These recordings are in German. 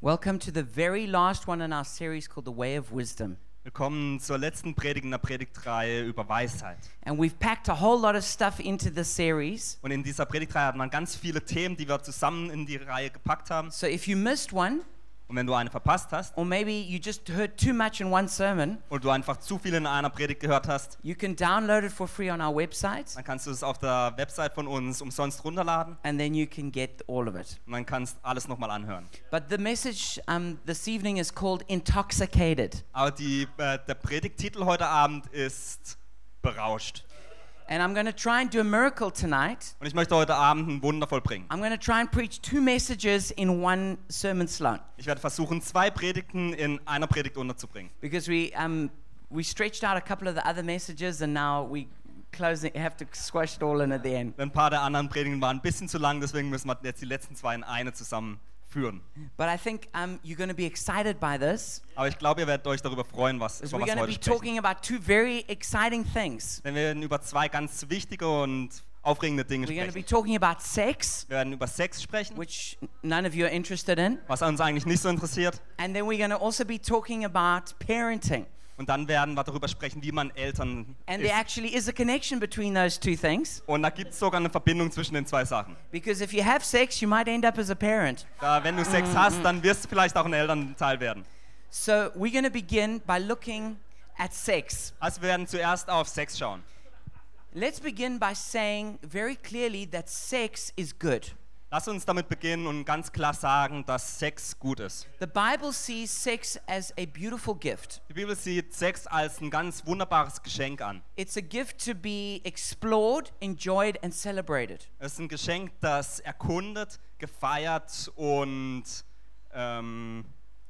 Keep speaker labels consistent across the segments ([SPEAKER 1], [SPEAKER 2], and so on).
[SPEAKER 1] Welcome to the very last one in our series called The Way of Wisdom.
[SPEAKER 2] Willkommen zur letzten Predigt in der Predigtreihe über Weisheit.
[SPEAKER 1] And we've packed a whole lot of stuff into this series.
[SPEAKER 2] Und in dieser Predigtreihe hat man ganz viele Themen, die wir zusammen in die Reihe gepackt haben.
[SPEAKER 1] So if you missed one,
[SPEAKER 2] Und wenn du eine verpasst hast
[SPEAKER 1] or maybe you just heard too much in one sermon,
[SPEAKER 2] und du einfach zu viel in einer Predigt gehört hast,
[SPEAKER 1] you can download it for free on our website
[SPEAKER 2] dann kannst du es auf der Website von uns umsonst runterladen
[SPEAKER 1] and then you can get all of it.
[SPEAKER 2] und dann kannst alles nochmal anhören.
[SPEAKER 1] But the message um, this evening is called Intoxicated.
[SPEAKER 2] Aber die, äh, der Predigttitel heute Abend ist Berauscht.
[SPEAKER 1] And I'm going to try and do a miracle tonight.
[SPEAKER 2] Und ich möchte heute Abend ein Wunder vollbringen.
[SPEAKER 1] I'm going to try and preach two messages in one sermon slot.
[SPEAKER 2] Ich werde versuchen, zwei Predigten in einer Predigt unterzubringen.
[SPEAKER 1] because we um, we stretched out a couple of the other messages and now we close it, have to squash it all in at the end.
[SPEAKER 2] Ein paar der anderen Predigten waren ein bisschen zu lang, deswegen müssen wir jetzt die letzten zwei in eine zusammenführen.
[SPEAKER 1] But I think um, you're going to be excited by this
[SPEAKER 2] Aber ich glaube, ihr werdet euch darüber freuen, was,
[SPEAKER 1] because
[SPEAKER 2] über
[SPEAKER 1] we're
[SPEAKER 2] was
[SPEAKER 1] going
[SPEAKER 2] wir
[SPEAKER 1] to
[SPEAKER 2] heute
[SPEAKER 1] be
[SPEAKER 2] sprechen.
[SPEAKER 1] talking about two very exciting things.
[SPEAKER 2] Denn wir werden über zwei ganz wichtige und aufregende Dinge
[SPEAKER 1] We're going to be
[SPEAKER 2] sprechen.
[SPEAKER 1] talking about sex,
[SPEAKER 2] Wir werden über Sex sprechen,
[SPEAKER 1] which none of you are interested in,
[SPEAKER 2] was uns eigentlich nicht so interessiert.
[SPEAKER 1] and then we're going to also be talking about parenting.
[SPEAKER 2] Und dann werden wir darüber sprechen, wie man Eltern
[SPEAKER 1] And there
[SPEAKER 2] ist.
[SPEAKER 1] actually is a connection between those two things
[SPEAKER 2] Und da gibt es sogar eine Verbindung zwischen den zwei Sachen.
[SPEAKER 1] because if you have sex, you might end up as a parent.
[SPEAKER 2] Da, wenn du Sex
[SPEAKER 1] Mm.
[SPEAKER 2] hast, dann wirst du vielleicht auch ein Elternteil werden.
[SPEAKER 1] So we're going to begin by looking at sex.
[SPEAKER 2] Also wir werden zuerst auf Sex schauen.
[SPEAKER 1] Let's begin by saying very clearly that sex is good.
[SPEAKER 2] Lass uns damit beginnen und ganz klar sagen, dass Sex gut ist.
[SPEAKER 1] The Bible sees sex as a beautiful gift.
[SPEAKER 2] Die Bibel sieht Sex als ein ganz wunderbares Geschenk an.
[SPEAKER 1] It's a gift to be explored, enjoyed, and celebrated.
[SPEAKER 2] Es ist ein Geschenk, das erkundet, gefeiert und ähm,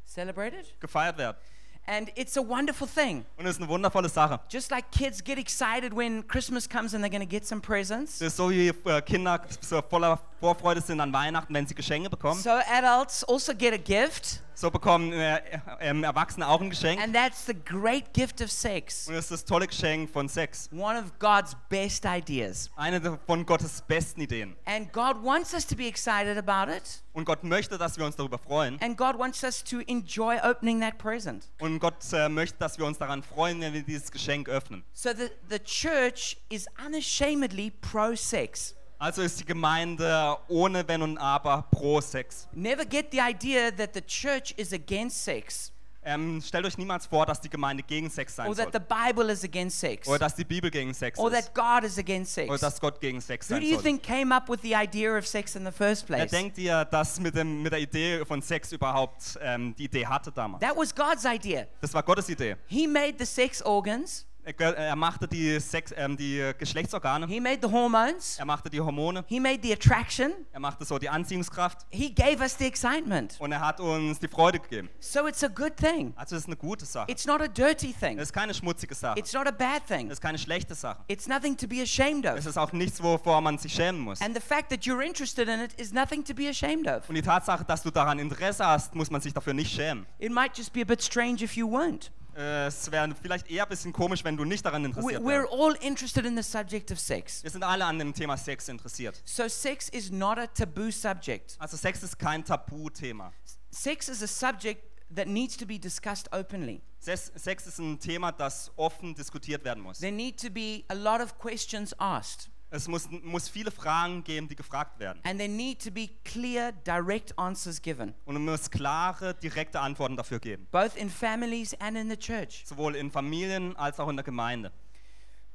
[SPEAKER 1] Celebrated?
[SPEAKER 2] gefeiert wird.
[SPEAKER 1] And it's a wonderful thing.
[SPEAKER 2] Und es ist eine wundervolle Sache.
[SPEAKER 1] Just like kids get excited when Christmas comes and they're going to get some presents.
[SPEAKER 2] Es ist so wie äh, Kinder so voller Vorfreude sind an Weihnachten, wenn sie Geschenke bekommen.
[SPEAKER 1] So adults also get a gift,
[SPEAKER 2] So bekommen äh, ähm, Erwachsene auch ein Geschenk.
[SPEAKER 1] and that's the great gift of sex.
[SPEAKER 2] Und es ist das tolle Geschenk von Sex.
[SPEAKER 1] One of God's best ideas.
[SPEAKER 2] Eine der- von Gottes besten Ideen.
[SPEAKER 1] And God wants us to be excited about it.
[SPEAKER 2] Und Gott möchte, dass wir uns darüber freuen.
[SPEAKER 1] And God wants us to enjoy opening that present.
[SPEAKER 2] Und Gott äh, möchte, dass wir uns daran freuen, wenn wir dieses Geschenk öffnen.
[SPEAKER 1] So the, the church is unashamedly pro sex.
[SPEAKER 2] Also ist die Gemeinde ohne Wenn und Aber pro Sex.
[SPEAKER 1] Never get the idea that the church is against sex
[SPEAKER 2] Ähm, stellt euch niemals vor, dass die Gemeinde gegen Sex sein
[SPEAKER 1] or that the
[SPEAKER 2] sollte.
[SPEAKER 1] Bible is against sex
[SPEAKER 2] Oder dass die Bibel gegen Sex
[SPEAKER 1] or that
[SPEAKER 2] ist.
[SPEAKER 1] God is against
[SPEAKER 2] Oder
[SPEAKER 1] sex.
[SPEAKER 2] dass Gott gegen Sex
[SPEAKER 1] Who
[SPEAKER 2] sein
[SPEAKER 1] do you
[SPEAKER 2] sollte.
[SPEAKER 1] think came up with the idea of sex in the first
[SPEAKER 2] Wer
[SPEAKER 1] place?
[SPEAKER 2] denkt ihr, dass mit, dem, mit der Idee von Sex überhaupt ähm, die Idee hatte damals?
[SPEAKER 1] That was God's idea.
[SPEAKER 2] Das war Gottes Idee.
[SPEAKER 1] He made the sex organs,
[SPEAKER 2] Er, gö- er machte die, Sex, ähm, die Geschlechtsorgane,
[SPEAKER 1] He made the hormones,
[SPEAKER 2] er machte die Hormone,
[SPEAKER 1] He made the attraction,
[SPEAKER 2] er machte so die Anziehungskraft
[SPEAKER 1] He gave us the excitement.
[SPEAKER 2] und er hat uns die Freude gegeben.
[SPEAKER 1] So it's a good thing.
[SPEAKER 2] Also das ist eine gute Sache.
[SPEAKER 1] It's not a dirty thing,
[SPEAKER 2] Es ist keine schmutzige Sache. Es
[SPEAKER 1] it's not a bad thing.
[SPEAKER 2] ist keine schlechte Sache.
[SPEAKER 1] It's nothing to be ashamed of.
[SPEAKER 2] Es ist auch nichts, wovor man sich schämen muss.
[SPEAKER 1] And the fact that you're interested in it is nothing to be ashamed of.
[SPEAKER 2] Und die Tatsache, dass du daran Interesse hast, muss man sich dafür nicht schämen.
[SPEAKER 1] It might just be a bit strange if you weren't.
[SPEAKER 2] Äh, Es wäre vielleicht eher ein bisschen komisch, wenn du nicht daran
[SPEAKER 1] We,
[SPEAKER 2] interessiert
[SPEAKER 1] we're
[SPEAKER 2] wärst.
[SPEAKER 1] all interested in the subject of sex.
[SPEAKER 2] Wir sind alle an dem Thema Sex interessiert.
[SPEAKER 1] So, sex is not a taboo subject.
[SPEAKER 2] Also Sex ist kein Tabuthema.
[SPEAKER 1] Sex is a subject that needs to be discussed openly.
[SPEAKER 2] Sex, Sex ist ein Thema, das offen diskutiert werden muss.
[SPEAKER 1] There need to be a lot of questions asked,
[SPEAKER 2] Es muss, muss viele Fragen geben, die gefragt werden.
[SPEAKER 1] and there need to be clear, direct answers given,
[SPEAKER 2] Und es muss klare, direkte Antworten dafür geben.
[SPEAKER 1] both in families and in the church.
[SPEAKER 2] Sowohl in Familien als auch in der Gemeinde.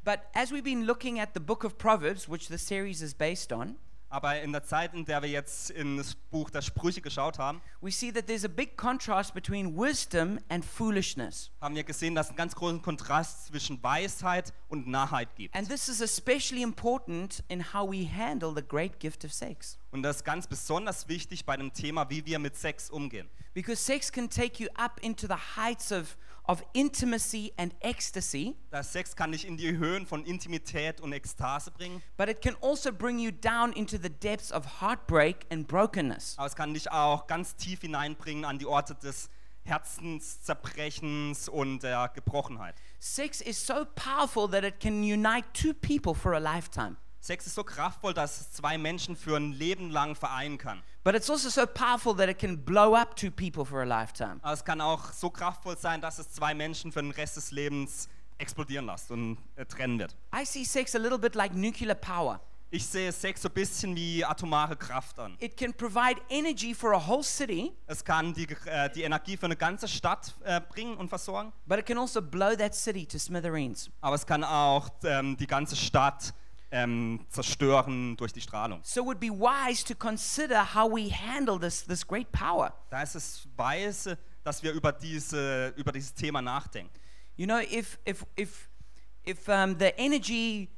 [SPEAKER 1] But as we've been looking at the book of Proverbs, which the series is based on,
[SPEAKER 2] Aber in der Zeit, in der wir jetzt in das Buch der Sprüche geschaut haben,
[SPEAKER 1] we see that there's a big contrast between wisdom and foolishness.
[SPEAKER 2] haben wir gesehen, dass es einen ganz großen Kontrast zwischen Weisheit und Narrheit gibt.
[SPEAKER 1] And this is especially important in how we handle the great gift of sex.
[SPEAKER 2] Und das ist ganz besonders wichtig bei dem Thema, wie wir mit Sex umgehen.
[SPEAKER 1] Because sex can take you up into the heights of, of intimacy and ecstasy,
[SPEAKER 2] Das Sex kann dich in die Höhen von Intimität und Ekstase bringen,
[SPEAKER 1] but it can also bring you down into the depths of heartbreak and brokenness.
[SPEAKER 2] aber es kann dich auch ganz tief hineinbringen an die Orte des Herzenszerbrechens und der Gebrochenheit.
[SPEAKER 1] Sex is so powerful that it can unite two people for a lifetime.
[SPEAKER 2] Sex ist so kraftvoll, dass es zwei Menschen für ein Leben lang vereinen kann.
[SPEAKER 1] But it's also so powerful that it can blow up two people for a lifetime.
[SPEAKER 2] Aber es kann auch so kraftvoll sein, dass es zwei Menschen für den Rest des Lebens explodieren lässt und äh, trennen wird.
[SPEAKER 1] I see sex a little bit like nuclear power.
[SPEAKER 2] Ich sehe Sex so ein bisschen wie atomare Kraft an.
[SPEAKER 1] It can provide energy for a whole city,
[SPEAKER 2] Es kann die, äh, die Energie für eine ganze Stadt äh, bringen und versorgen,
[SPEAKER 1] but it can also blow that city to smithereens.
[SPEAKER 2] aber es kann auch ähm, die ganze Stadt ähm, zerstören durch die Strahlung.
[SPEAKER 1] So it would be wise to consider how we handle this, this great power.
[SPEAKER 2] Da ist es weise, dass wir über, diese, über dieses Thema nachdenken.
[SPEAKER 1] You know, if, if, if, if um, the Energy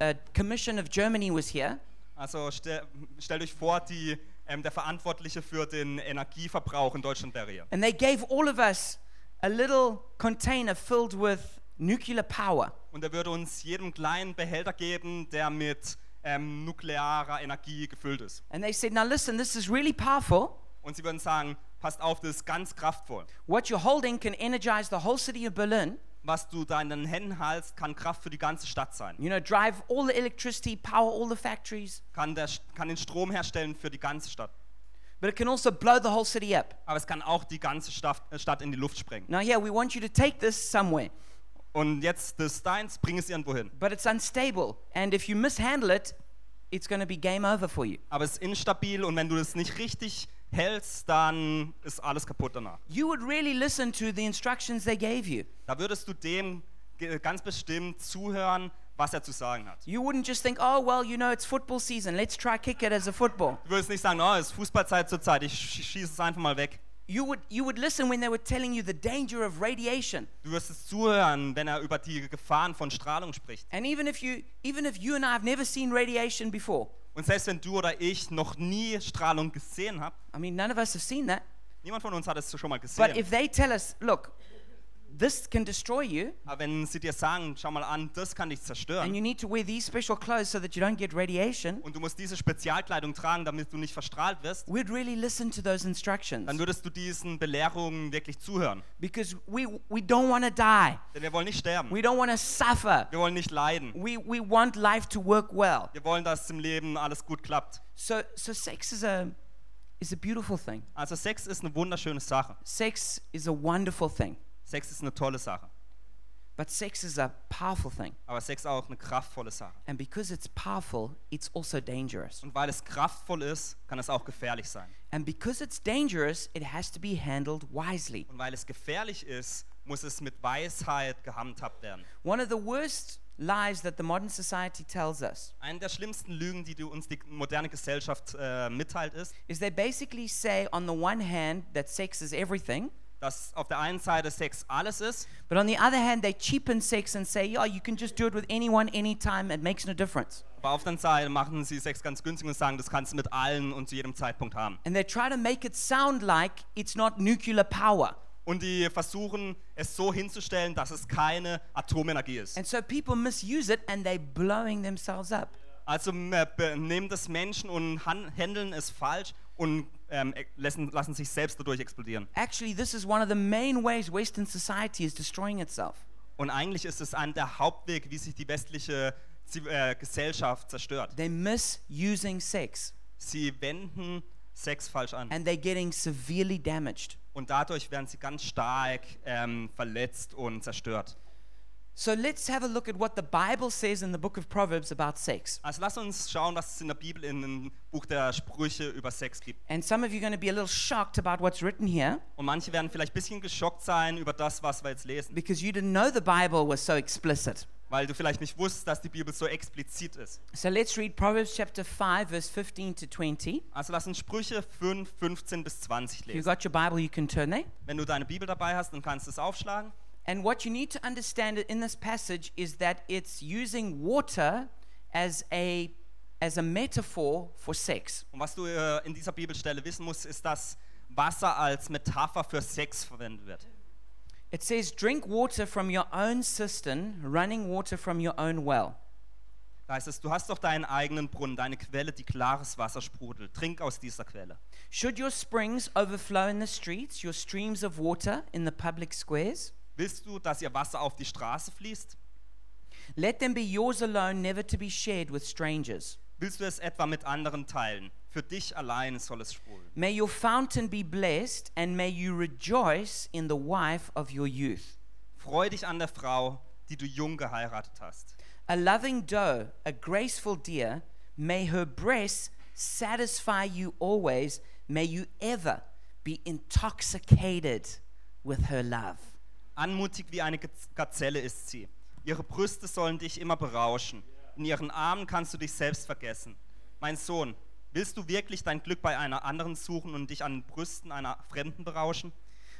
[SPEAKER 1] uh, Commission of Germany was here,
[SPEAKER 2] Also stell, stellt euch vor, die, ähm, der Verantwortliche für den Energieverbrauch in Deutschland wäre hier.
[SPEAKER 1] and they gave all of us a little container filled with nuclear power.
[SPEAKER 2] Und er würde uns jedem kleinen Behälter geben, der mit ähm, nuklearer Energie gefüllt ist.
[SPEAKER 1] And they said, now listen, this is really powerful.
[SPEAKER 2] Und sie würden sagen, passt auf, das ist ganz kraftvoll.
[SPEAKER 1] What you're holding can energize the whole city of Berlin.
[SPEAKER 2] Was du da in deinen Händen hältst, kann Kraft für die ganze Stadt sein.
[SPEAKER 1] You know, drive all the electricity, power all the factories,
[SPEAKER 2] Kann, der, kann den Strom herstellen für die ganze Stadt.
[SPEAKER 1] but it can also blow the whole city up.
[SPEAKER 2] Aber es kann auch die ganze Stadt, äh, Stadt in die Luft sprengen.
[SPEAKER 1] Now, yeah, we want you to take this somewhere,
[SPEAKER 2] Und jetzt das Steins, bring es irgendwo hin.
[SPEAKER 1] but it's unstable. And if you mishandle it, it's going to be game over for you.
[SPEAKER 2] Aber es ist instabil und wenn du das nicht richtig hältst, dann ist alles kaputt danach.
[SPEAKER 1] You would really listen to the instructions they gave you.
[SPEAKER 2] Da würdest du dem ge- ganz bestimmt zuhören, was er zu sagen hat.
[SPEAKER 1] You wouldn't just think, oh, well, you know, it's football season. Let's try kick it as a football.
[SPEAKER 2] Du würdest nicht sagen, oh, es ist Fußballzeit zurzeit, ich sch- schieße es einfach mal weg.
[SPEAKER 1] You would, you would listen when they were telling you the danger of radiation.
[SPEAKER 2] Du wirst es zuhören, wenn er über die Gefahren von Strahlung spricht.
[SPEAKER 1] And even if you, even if you and I have never seen radiation before,
[SPEAKER 2] Und selbst wenn du oder ich noch nie Strahlung gesehen haben,
[SPEAKER 1] I mean, none of us have seen that.
[SPEAKER 2] niemand von uns hat es schon mal
[SPEAKER 1] But
[SPEAKER 2] gesehen.
[SPEAKER 1] if they tell us, look, this can destroy you,
[SPEAKER 2] Aber wenn sie dir sagen, schau mal an, das kann dich
[SPEAKER 1] and
[SPEAKER 2] zerstören
[SPEAKER 1] you need to wear these special clothes so that you don't get radiation,
[SPEAKER 2] und du musst diese Spezialkleidung tragen, damit du nicht verstrahlt wirst,
[SPEAKER 1] we'd really listen to those
[SPEAKER 2] dann
[SPEAKER 1] instructions
[SPEAKER 2] würdest du diesen Belehrungen wirklich zuhören.
[SPEAKER 1] because we, we don't want to die.
[SPEAKER 2] Denn wir wollen nicht sterben.
[SPEAKER 1] We don't want to suffer.
[SPEAKER 2] Wir wollen nicht leiden.
[SPEAKER 1] We, we want life to work well.
[SPEAKER 2] Wir wollen, dass im Leben alles gut klappt.
[SPEAKER 1] So, so sex is a, is a beautiful thing.
[SPEAKER 2] Also Sex ist eine wunderschöne Sache.
[SPEAKER 1] Sex is a wonderful thing,
[SPEAKER 2] Sex ist eine tolle Sache.
[SPEAKER 1] but sex is a powerful thing.
[SPEAKER 2] Aber Sex auch eine kraftvolle Sache.
[SPEAKER 1] And because it's powerful, it's also dangerous.
[SPEAKER 2] Und weil es kraftvoll ist, kann es auch gefährlich sein.
[SPEAKER 1] And because it's dangerous, it has to be handled wisely.
[SPEAKER 2] Und weil es gefährlich ist, muss es mit Weisheit gehandhabt werden.
[SPEAKER 1] One of the worst lies that the modern society tells us
[SPEAKER 2] Eine der schlimmsten Lügen, die du uns die moderne Gesellschaft äh, mitteilt, ist,
[SPEAKER 1] is they basically say, on the one hand, that sex is everything,
[SPEAKER 2] dass auf der einen Seite Sex alles ist,
[SPEAKER 1] but on the other hand, they cheapen sex and say, yeah, you can just do it with anyone, anytime, it makes no difference.
[SPEAKER 2] aber auf der anderen Seite machen sie Sex ganz günstig und sagen, das kannst du mit allen und zu jedem Zeitpunkt haben.
[SPEAKER 1] And they try to make it sound like it's not nuclear power.
[SPEAKER 2] Und die versuchen es so hinzustellen, dass es keine Atomenergie ist.
[SPEAKER 1] And so people misuse it and they're blowing themselves up.
[SPEAKER 2] Also äh, be- nehmen das Menschen und han- handeln es falsch und ähm, e- lassen, lassen sich selbst dadurch explodieren.
[SPEAKER 1] Actually, this is one of the main ways Western society is destroying itself.
[SPEAKER 2] Und eigentlich ist es ein der Hauptweg, wie sich die westliche Ziv- äh, Gesellschaft zerstört.
[SPEAKER 1] They're misusing sex
[SPEAKER 2] Sie wenden Sex falsch an.
[SPEAKER 1] and they're getting severely damaged.
[SPEAKER 2] Und dadurch werden sie ganz stark ähm, verletzt und zerstört.
[SPEAKER 1] So let's have a look at what the Bible says in the book of Proverbs about sex.
[SPEAKER 2] Also lass uns schauen, was es in der Bibel in dem Buch der Sprüche über Sex gibt.
[SPEAKER 1] And some of you are going to be a little shocked about what's written here
[SPEAKER 2] Und manche werden vielleicht ein bisschen geschockt sein über das, was wir jetzt lesen,
[SPEAKER 1] because you didn't know the Bible was so explicit.
[SPEAKER 2] weil du vielleicht nicht wusstest, dass die Bibel so explizit ist.
[SPEAKER 1] So let's read Proverbs chapter 5, verse 15 to 20.
[SPEAKER 2] Also lass uns Sprüche 5, 15 bis 20
[SPEAKER 1] If you've
[SPEAKER 2] lesen.
[SPEAKER 1] got your Bible, you can turn there.
[SPEAKER 2] Wenn du deine Bibel dabei hast, dann kannst du es aufschlagen.
[SPEAKER 1] And what you need to understand in this passage is that it's using water as a as a metaphor for sex.
[SPEAKER 2] Und was du äh, in dieser Bibelstelle wissen musst, ist, dass Wasser als Metapher für Sex verwendet wird.
[SPEAKER 1] It says, "Drink water from your own cistern, running water from your own well."
[SPEAKER 2] Da heißt es, du hast doch deinen eigenen Brunnen, deine Quelle, die klares Wasser sprudelt. Trink aus dieser Quelle.
[SPEAKER 1] Should your springs overflow in the streets, your streams of water in the public squares?
[SPEAKER 2] Willst du, dass ihr Wasser auf die Straße fließt?
[SPEAKER 1] Let them be yours alone, never to be shared with strangers.
[SPEAKER 2] Willst du es etwa mit anderen teilen? Für dich allein soll es sprudeln.
[SPEAKER 1] May your fountain be blessed, and may you rejoice in the wife of your youth.
[SPEAKER 2] Freu dich an der Frau, die du jung geheiratet hast.
[SPEAKER 1] A loving doe, a graceful deer, may her breasts satisfy you always. May you ever be intoxicated with her love.
[SPEAKER 2] Anmutig wie eine Gaz- Gazelle ist sie. Ihre Brüste sollen dich immer berauschen. In ihren Armen kannst du dich selbst vergessen. Mein Sohn, willst du wirklich dein Glück bei einer anderen suchen und dich an den Brüsten einer Fremden berauschen?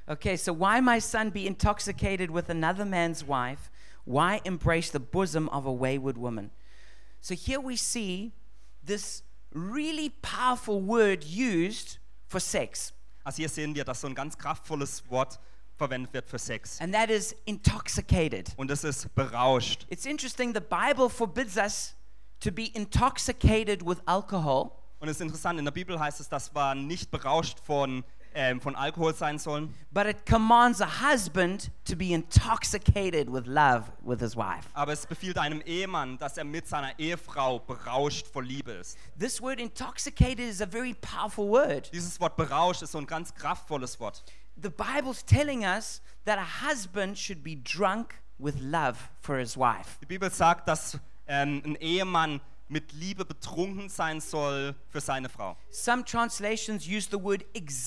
[SPEAKER 1] Okay, so why my son be intoxicated with another man's wife? Why embrace the bosom of a wayward woman? So here we see this really powerful word used for sex,
[SPEAKER 2] Also hier sehen wir, dass so ein ganz kraftvolles Wort verwendet wird für Sex.
[SPEAKER 1] and that is intoxicated.
[SPEAKER 2] Und es ist berauscht.
[SPEAKER 1] It's interesting, the Bible forbids us to be intoxicated with alcohol,
[SPEAKER 2] Und es ist interessant, in der Bibel heißt es, dass wir nicht berauscht von, ähm, von Alkohol sein sollen.
[SPEAKER 1] but it commands a husband to be intoxicated with love with his wife.
[SPEAKER 2] Aber es befiehlt einem Ehemann, dass er mit seiner Ehefrau berauscht vor Liebe ist.
[SPEAKER 1] This word intoxicated is a very powerful word.
[SPEAKER 2] Dieses Wort berauscht ist so ein ganz kraftvolles Wort.
[SPEAKER 1] The Bible's telling us that a husband should be drunk with love for his wife.
[SPEAKER 2] Die Bibel sagt, dass ähm, ein Ehemann mit Liebe betrunken sein soll für seine Frau.
[SPEAKER 1] Some translations use the word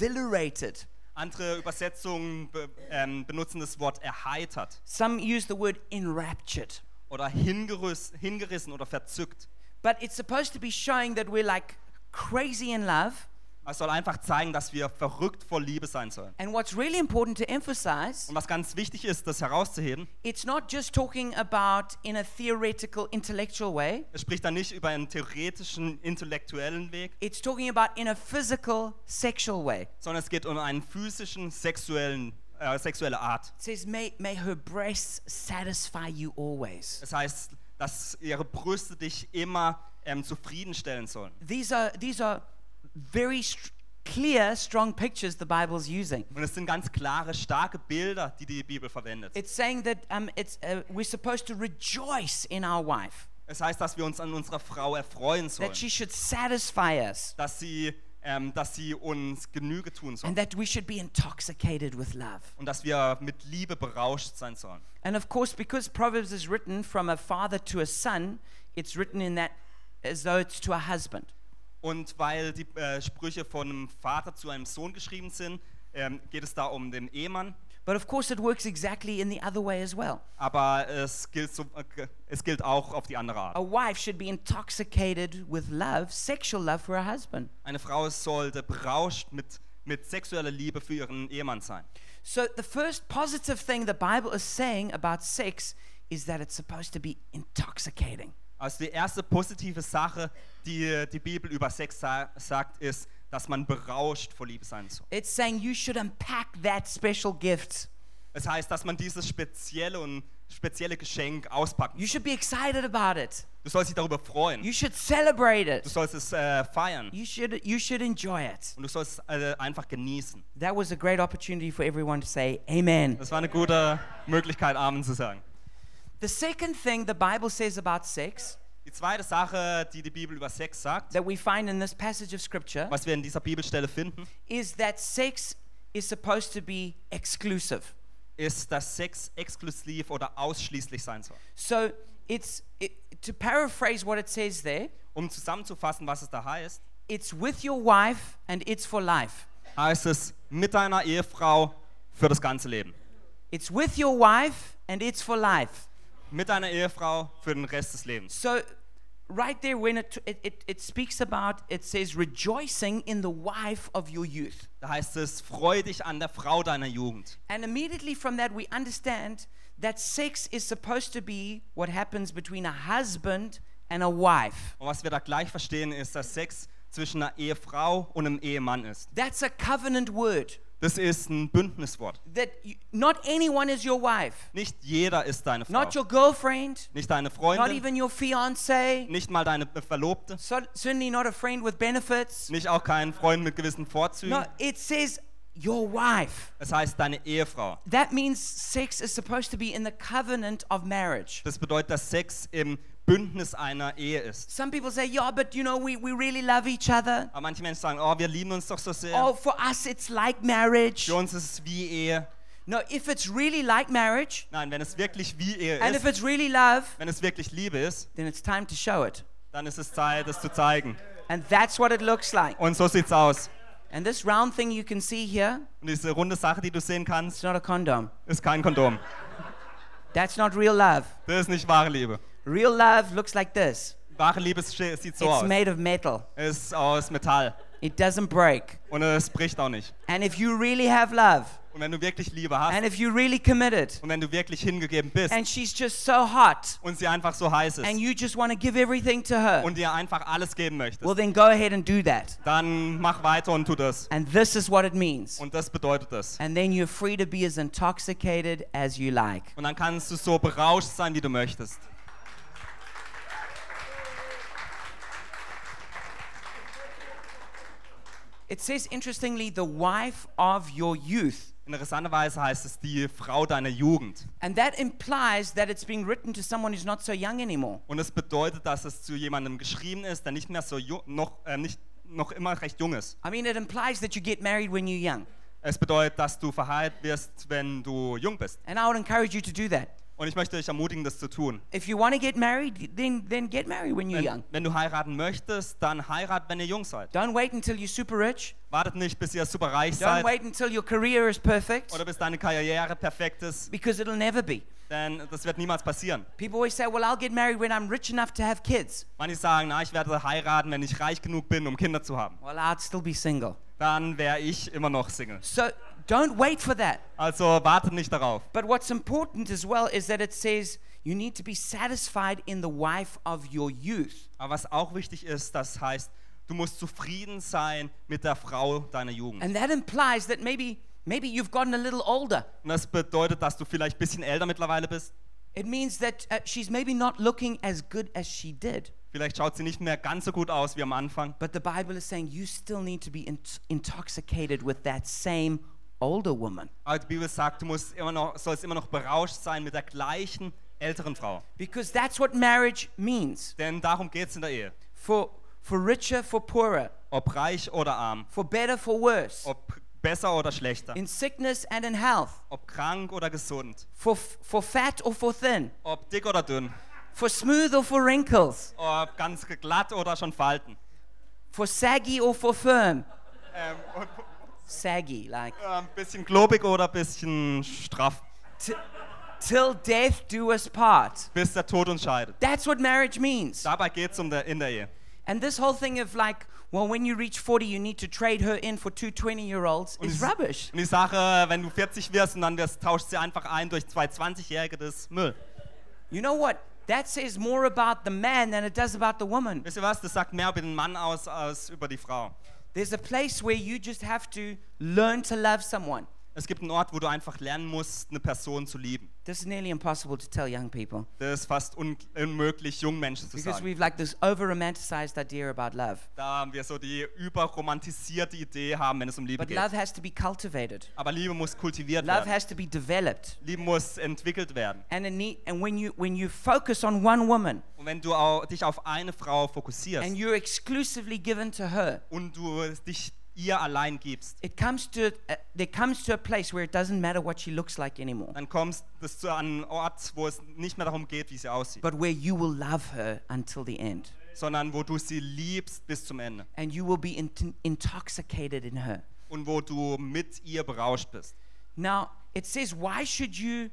[SPEAKER 1] exhilarated,
[SPEAKER 2] Andere Übersetzungen be ähm, benutzen das Wort erheitert
[SPEAKER 1] some use the word enraptured.
[SPEAKER 2] oder hingeriss, hingerissen oder verzückt.
[SPEAKER 1] But it's supposed to be showing that we're like crazy in love.
[SPEAKER 2] Es soll einfach zeigen, dass wir verrückt vor Liebe sein sollen.
[SPEAKER 1] And what's really important to emphasize,
[SPEAKER 2] Und was ganz wichtig ist, das herauszuheben,
[SPEAKER 1] it's not just talking about in a theoretical, intellectual way,
[SPEAKER 2] es spricht da nicht über einen theoretischen, intellektuellen Weg,
[SPEAKER 1] it's talking about in a physical, sexual way.
[SPEAKER 2] sondern es geht um einen physischen, sexuellen, äh, sexuelle Art.
[SPEAKER 1] It says, may, may her breasts satisfy you always.
[SPEAKER 2] Das heißt, dass ihre Brüste dich immer ähm, zufriedenstellen sollen.
[SPEAKER 1] These are, these are very str clear, strong pictures the Bible's using.
[SPEAKER 2] Und es sind ganz klare, starke Bilder, die die Bibel verwendet.
[SPEAKER 1] It's saying that um, it's, uh, we're supposed to rejoice in our wife,
[SPEAKER 2] Es heißt, dass wir uns an unserer Frau erfreuen sollen,
[SPEAKER 1] that she should satisfy us,
[SPEAKER 2] dass sie, ähm, dass sie uns Genüge tun soll
[SPEAKER 1] and that we should be intoxicated with love.
[SPEAKER 2] und dass wir mit Liebe berauscht sein sollen.
[SPEAKER 1] And of course, because Proverbs is written from a father to a son, it's written in that as though it's to a husband.
[SPEAKER 2] Und weil die äh, Sprüche von einem Vater zu einem Sohn geschrieben sind, ähm, geht es da um den Ehemann.
[SPEAKER 1] But of course, it works exactly in the other way as well.
[SPEAKER 2] Aber es gilt, so, äh, es gilt auch auf die andere
[SPEAKER 1] A
[SPEAKER 2] Art.
[SPEAKER 1] wife should be intoxicated with love, sexual love for her husband.
[SPEAKER 2] Eine Frau sollte berauscht mit, mit sexueller Liebe für ihren Ehemann sein.
[SPEAKER 1] So, the first positive thing the Bible is saying about sex is that it's supposed to be intoxicating.
[SPEAKER 2] Also die erste positive Sache, die die Bibel über Sex sa sagt, ist, dass man berauscht vor Liebe sein soll.
[SPEAKER 1] It's saying you should unpack that special gift.
[SPEAKER 2] Es heißt, dass man dieses spezielle und spezielle Geschenk auspacken
[SPEAKER 1] You
[SPEAKER 2] soll.
[SPEAKER 1] should be excited about it.
[SPEAKER 2] Du sollst dich darüber freuen.
[SPEAKER 1] You should celebrate
[SPEAKER 2] Du
[SPEAKER 1] it.
[SPEAKER 2] sollst es äh, feiern
[SPEAKER 1] You should, you should enjoy it.
[SPEAKER 2] und du sollst es äh, einfach genießen.
[SPEAKER 1] That was a great opportunity for everyone to say amen.
[SPEAKER 2] Das war eine gute Möglichkeit, Amen zu sagen.
[SPEAKER 1] The second thing the Bible says about sex
[SPEAKER 2] Die zweite Sache, die die Bibel über Sex sagt,
[SPEAKER 1] that we find in this passage of Scripture
[SPEAKER 2] was wir in dieser Bibelstelle finden,
[SPEAKER 1] is that sex is supposed to be exclusive.
[SPEAKER 2] ist, dass Sex exklusiv oder ausschließlich sein soll.
[SPEAKER 1] So it's it, to paraphrase what it says there,
[SPEAKER 2] Um zusammenzufassen, was es da heißt,
[SPEAKER 1] it's with your wife and it's for life.
[SPEAKER 2] heißt es mit deiner Ehefrau für das ganze Leben.
[SPEAKER 1] It's with your wife and it's for life.
[SPEAKER 2] Mit deiner Ehefrau für den Rest des Lebens.
[SPEAKER 1] So right there when it it, it, it speaks about it says rejoicing in the wife of your youth.
[SPEAKER 2] Da heißt es, freu dich an der Frau deiner Jugend.
[SPEAKER 1] And immediately from that we understand that sex is supposed to be what happens between a husband and a wife.
[SPEAKER 2] Und was wir da gleich verstehen, ist, dass Sex zwischen einer Ehefrau und einem Ehemann ist.
[SPEAKER 1] That's a covenant word.
[SPEAKER 2] Das ist ein Bündniswort.
[SPEAKER 1] That you, not anyone is your wife.
[SPEAKER 2] Nicht jeder ist deine Frau.
[SPEAKER 1] Not your girlfriend,
[SPEAKER 2] Nicht deine
[SPEAKER 1] not
[SPEAKER 2] Freundin,
[SPEAKER 1] even your fiance,
[SPEAKER 2] nicht mal deine Verlobte,
[SPEAKER 1] so, certainly not a friend with benefits.
[SPEAKER 2] nicht auch kein Freund mit gewissen Vorzügen,
[SPEAKER 1] No, it says your wife.
[SPEAKER 2] Es heißt deine Ehefrau.
[SPEAKER 1] That means sex is supposed to be in the covenant of marriage.
[SPEAKER 2] Das bedeutet, dass Sex im Bündnis einer Ehe ist.
[SPEAKER 1] Some people say, yeah, but you know, we, we really love each other.
[SPEAKER 2] Aber manche Menschen sagen, oh, wir lieben uns doch so
[SPEAKER 1] Oh,
[SPEAKER 2] sehr.
[SPEAKER 1] for us, it's like marriage.
[SPEAKER 2] Für uns ist es wie Ehe.
[SPEAKER 1] No, if it's really like marriage
[SPEAKER 2] Nein, wenn es wirklich wie Ehe
[SPEAKER 1] and if
[SPEAKER 2] ist,
[SPEAKER 1] it's really love,
[SPEAKER 2] wenn es wirklich Liebe ist,
[SPEAKER 1] then it's time to show it.
[SPEAKER 2] dann ist es Zeit, es zu zeigen.
[SPEAKER 1] And that's what it looks like.
[SPEAKER 2] Und so sieht's aus.
[SPEAKER 1] And this round thing you can see here,
[SPEAKER 2] Und diese runde Sache, die du sehen
[SPEAKER 1] it's
[SPEAKER 2] kannst,
[SPEAKER 1] not a condom.
[SPEAKER 2] ist kein Kondom.
[SPEAKER 1] That's not real love.
[SPEAKER 2] Das ist nicht wahre Liebe.
[SPEAKER 1] Real love looks like this.
[SPEAKER 2] Wahre Liebe sch- sieht so
[SPEAKER 1] It's
[SPEAKER 2] aus.
[SPEAKER 1] made of metal.
[SPEAKER 2] Es ist aus Metall.
[SPEAKER 1] It doesn't break.
[SPEAKER 2] Und es bricht auch nicht.
[SPEAKER 1] And if you really have love,
[SPEAKER 2] Und wenn du wirklich Liebe hast
[SPEAKER 1] and if you really committed,
[SPEAKER 2] und wenn du wirklich hingegeben bist
[SPEAKER 1] and she's just so hot,
[SPEAKER 2] und sie einfach so heiß
[SPEAKER 1] and
[SPEAKER 2] ist
[SPEAKER 1] you just want to give everything to her,
[SPEAKER 2] und dir einfach alles geben
[SPEAKER 1] well,
[SPEAKER 2] möchtest,
[SPEAKER 1] then go ahead and do that.
[SPEAKER 2] dann mach weiter und tu das.
[SPEAKER 1] And this is what it means.
[SPEAKER 2] Und das bedeutet das.
[SPEAKER 1] And then you're free to be as intoxicated as you like.
[SPEAKER 2] Und dann kannst du so berauscht sein, wie du möchtest.
[SPEAKER 1] It says, interestingly, the wife of your youth.
[SPEAKER 2] Interessanterweise heißt es die Frau deiner Jugend.
[SPEAKER 1] And that implies that it's being written to someone who's not so young anymore.
[SPEAKER 2] Und es bedeutet, dass es zu jemandem geschrieben ist, der nicht mehr so ju- noch, äh, nicht, noch immer recht jung ist.
[SPEAKER 1] I mean, it implies that you get married when you're young.
[SPEAKER 2] Es bedeutet, dass du verheiratet wirst, wenn du jung bist.
[SPEAKER 1] And I would encourage you to do that.
[SPEAKER 2] Und ich möchte dich ermutigen, das zu tun.
[SPEAKER 1] If you want to get married, then, then get married when you're
[SPEAKER 2] Wenn,
[SPEAKER 1] young.
[SPEAKER 2] wenn du heiraten möchtest, dann heirat, wenn ihr jung seid.
[SPEAKER 1] Don't wait until you're super rich.
[SPEAKER 2] Wartet nicht, bis ihr super reich
[SPEAKER 1] Don't
[SPEAKER 2] seid
[SPEAKER 1] wait until your career is perfect
[SPEAKER 2] oder bis deine Karriere perfekt ist,
[SPEAKER 1] because it'll never be.
[SPEAKER 2] denn das wird niemals passieren.
[SPEAKER 1] People always say, well, I'll get married when I'm rich enough to have kids.
[SPEAKER 2] Manche sagen, na, ich werde heiraten, wenn ich reich genug bin, um Kinder zu haben.
[SPEAKER 1] Well, I'd still be single.
[SPEAKER 2] Dann wäre ich immer noch Single.
[SPEAKER 1] So don't wait for that.
[SPEAKER 2] Also wartet nicht darauf.
[SPEAKER 1] But what's important as well is that it says you need to be satisfied in the wife of your youth.
[SPEAKER 2] Aber was auch wichtig ist, das heißt, du musst zufrieden sein mit der Frau deiner Jugend.
[SPEAKER 1] And that implies that maybe maybe you've gotten a little older.
[SPEAKER 2] Und das bedeutet, dass du vielleicht ein bisschen älter mittlerweile bist.
[SPEAKER 1] It means that uh, she's maybe not looking as good as she did.
[SPEAKER 2] Vielleicht schaut sie nicht mehr ganz so gut aus wie am Anfang.
[SPEAKER 1] But the Bible is saying you still need to be int- intoxicated with that same older woman
[SPEAKER 2] Aber die Bibel sagt, du musst immer noch, sollst immer noch berauscht sein mit der gleichen älteren Frau.
[SPEAKER 1] because that's what marriage means
[SPEAKER 2] Denn darum geht es in der Ehe.
[SPEAKER 1] for for richer for poorer,
[SPEAKER 2] Ob reich oder arm,
[SPEAKER 1] for better for worse,
[SPEAKER 2] ob besser oder schlechter,
[SPEAKER 1] in sickness and in health,
[SPEAKER 2] ob krank oder gesund,
[SPEAKER 1] for f- for fat or for thin,
[SPEAKER 2] ob dick oder dünn,
[SPEAKER 1] for smooth or for wrinkles.
[SPEAKER 2] ob ganz glatt oder schon Falten.
[SPEAKER 1] For saggy or for firm?
[SPEAKER 2] Ähm, und,
[SPEAKER 1] Saggy, like
[SPEAKER 2] äh, ein bisschen klobig oder ein bisschen straff,
[SPEAKER 1] t- till death do us part.
[SPEAKER 2] bis der Tod uns scheidet.
[SPEAKER 1] That's what marriage means.
[SPEAKER 2] Dabei geht es um der, in der Ehe.
[SPEAKER 1] And this whole thing of like, well, when you reach 40, you need to trade her in for two 20 year olds
[SPEAKER 2] Und
[SPEAKER 1] is
[SPEAKER 2] die-
[SPEAKER 1] rubbish.
[SPEAKER 2] Und die Sache, wenn du 40 wirst und dann wirst, tauscht sie einfach ein durch zwei 20-Jährige, das ist Müll.
[SPEAKER 1] You know what? That says more about the man than it does about the woman.
[SPEAKER 2] Wisst ihr was? Das sagt mehr über den Mann aus als über die Frau.
[SPEAKER 1] There's a place where you just have to learn to love someone.
[SPEAKER 2] Es gibt einen Ort, wo du einfach lernen musst, eine Person zu lieben.
[SPEAKER 1] This is nearly impossible to tell young people
[SPEAKER 2] Das ist fast un unmöglich, jungen Menschen zu
[SPEAKER 1] because
[SPEAKER 2] sagen.
[SPEAKER 1] we've like this over romanticized idea about love.
[SPEAKER 2] Da haben wir so die überromantisierte Idee haben, wenn es um Liebe
[SPEAKER 1] But
[SPEAKER 2] geht.
[SPEAKER 1] love has to be cultivated,
[SPEAKER 2] Aber Liebe muss kultiviert
[SPEAKER 1] love
[SPEAKER 2] werden.
[SPEAKER 1] has to be developed.
[SPEAKER 2] Liebe muss entwickelt werden.
[SPEAKER 1] and a need, and when you when you focus on one woman
[SPEAKER 2] Und wenn du au- dich auf eine Frau fokussierst
[SPEAKER 1] and you're exclusively given to her
[SPEAKER 2] und du dich ihr allein gibst,
[SPEAKER 1] it comes to uh, there comes to a place where it doesn't matter what she looks like anymore
[SPEAKER 2] dann kommst du zu einem Ort, wo es nicht mehr darum geht, wie sie aussieht,
[SPEAKER 1] but where you will love her until the end
[SPEAKER 2] sondern wo du sie liebst bis zum Ende
[SPEAKER 1] and you will be int- intoxicated in her
[SPEAKER 2] und wo du mit ihr berauscht bist.
[SPEAKER 1] now it says why should you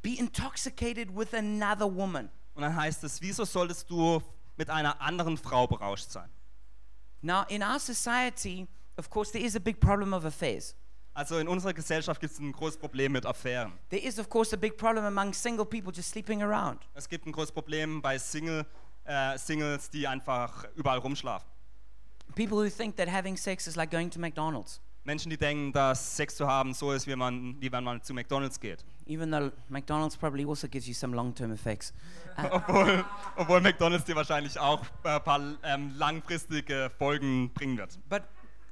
[SPEAKER 1] be intoxicated with another woman
[SPEAKER 2] Und dann heißt es, wieso solltest du mit einer anderen Frau berauscht sein?
[SPEAKER 1] now in our society of course there is a big problem of affairs
[SPEAKER 2] Also in unserer Gesellschaft gibt es ein großes Problem mit Affären.
[SPEAKER 1] there is of course a big problem among single people just sleeping around
[SPEAKER 2] Es gibt ein großes Problem bei Single, äh, Singles, die einfach überall rumschlafen.
[SPEAKER 1] people who think that having sex is like going to mcdonald's
[SPEAKER 2] Menschen, die denken, dass Sex zu haben so ist, wie, man, wie wenn man zu McDonalds geht.
[SPEAKER 1] even though McDonald's probably also gives you some long-term effects. Uh,
[SPEAKER 2] Obwohl, obwohl äh, McDonalds dir wahrscheinlich auch ein paar ähm, langfristige Folgen bringen wird.
[SPEAKER 1] but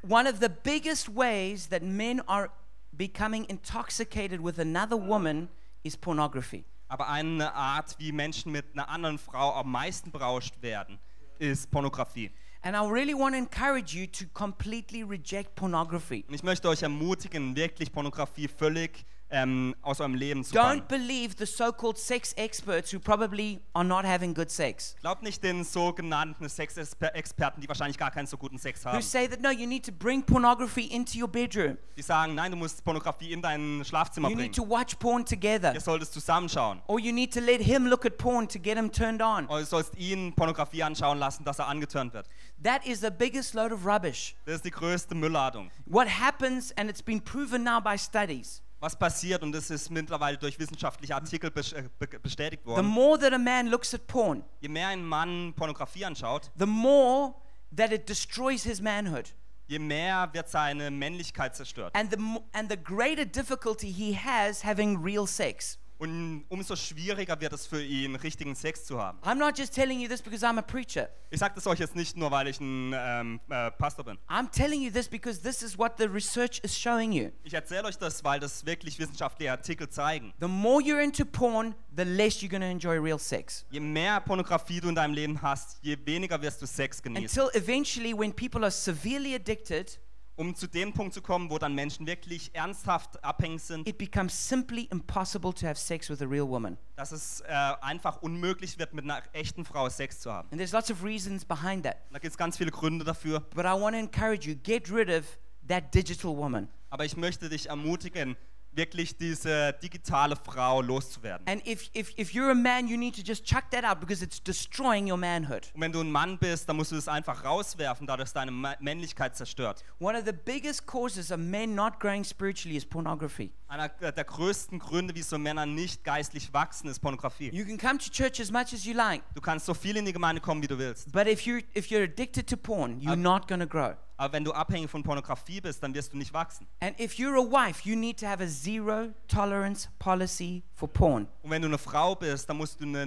[SPEAKER 1] one of the biggest ways that men are becoming intoxicated with another woman is pornography.
[SPEAKER 2] Aber eine Art, wie Menschen mit einer anderen Frau am meisten berauscht werden, ist Pornografie.
[SPEAKER 1] And I really want to encourage you to completely reject pornography.
[SPEAKER 2] Und ich möchte euch ermutigen, wirklich Pornografie völlig ähm, aus eurem Leben zu bannen.
[SPEAKER 1] Don't believe the so called sex experts who probably are not having good sex,
[SPEAKER 2] Glaubt nicht den sogenannten Sexexperten, die wahrscheinlich gar keinen so guten Sex
[SPEAKER 1] who
[SPEAKER 2] haben.
[SPEAKER 1] say that no, you need to bring pornography into your bedroom,
[SPEAKER 2] Die sagen, nein, du musst Pornografie in dein Schlafzimmer
[SPEAKER 1] you
[SPEAKER 2] bringen.
[SPEAKER 1] need to watch porn together,
[SPEAKER 2] Ihr sollt es zusammenschauen.
[SPEAKER 1] or you need to let him look at porn to get him turned on.
[SPEAKER 2] Oder du sollst ihn Pornografie anschauen lassen, dass er angetörnt wird.
[SPEAKER 1] That is the biggest load of rubbish.
[SPEAKER 2] Das ist die größte Müllladung.
[SPEAKER 1] What happens, and it's been proven now by studies,
[SPEAKER 2] Was passiert, und das ist mittlerweile durch wissenschaftliche Artikel besch- äh, be- bestätigt
[SPEAKER 1] the
[SPEAKER 2] worden,
[SPEAKER 1] more that a man looks at porn,
[SPEAKER 2] je mehr ein Mann Pornografie anschaut,
[SPEAKER 1] the more that it destroys his manhood.
[SPEAKER 2] je mehr wird seine Männlichkeit zerstört.
[SPEAKER 1] And the, mo- and the greater difficulty he has having real sex.
[SPEAKER 2] Und umso schwieriger wird es für ihn, richtigen Sex zu haben.
[SPEAKER 1] I'm not just telling you this because I'm a preacher.
[SPEAKER 2] Ich sage das euch jetzt nicht nur, weil ich ein ähm, äh, Pastor bin.
[SPEAKER 1] I'm telling you this because this is what the research is showing you.
[SPEAKER 2] Ich erzähle euch das, weil das wirklich wissenschaftliche Artikel zeigen.
[SPEAKER 1] The more you're into porn, the less you're going to enjoy real sex.
[SPEAKER 2] Je mehr Pornografie du in deinem Leben hast, je weniger wirst du Sex genießen.
[SPEAKER 1] Until eventually, when people are severely addicted,
[SPEAKER 2] Um zu dem Punkt zu kommen, wo dann Menschen wirklich ernsthaft abhängig sind,
[SPEAKER 1] it becomes simply impossible to have sex with a real woman.
[SPEAKER 2] dass es äh, einfach unmöglich wird, mit einer echten Frau Sex zu haben.
[SPEAKER 1] And there's lots of reasons behind that.
[SPEAKER 2] Da gibt es ganz viele Gründe dafür.
[SPEAKER 1] But I want to encourage you get rid of that digital woman.
[SPEAKER 2] Aber ich möchte dich ermutigen, wirklich diese digitale Frau loszuwerden.
[SPEAKER 1] And if, if, if you're a man, you need to just chuck that out because it's destroying your manhood.
[SPEAKER 2] Und wenn du ein Mann bist, dann musst du das einfach rauswerfen, da das deine Ma- Männlichkeit zerstört.
[SPEAKER 1] One of the biggest causes of men not growing spiritually is pornography.
[SPEAKER 2] Einer äh, der größten Gründe, wieso Männer nicht geistlich wachsen, ist Pornografie.
[SPEAKER 1] You can come to church as much as you like,
[SPEAKER 2] Du kannst so viel in die Gemeinde kommen, wie du willst.
[SPEAKER 1] but if you're, if you're addicted to porn, you're
[SPEAKER 2] Ab-
[SPEAKER 1] not going to grow.
[SPEAKER 2] Aber wenn du abhängig von Pornografie bist, dann wirst du nicht wachsen.
[SPEAKER 1] And if you're a wife, you need to have a zero tolerance policy for porn.
[SPEAKER 2] Und wenn du eine Frau bist, dann musst du eine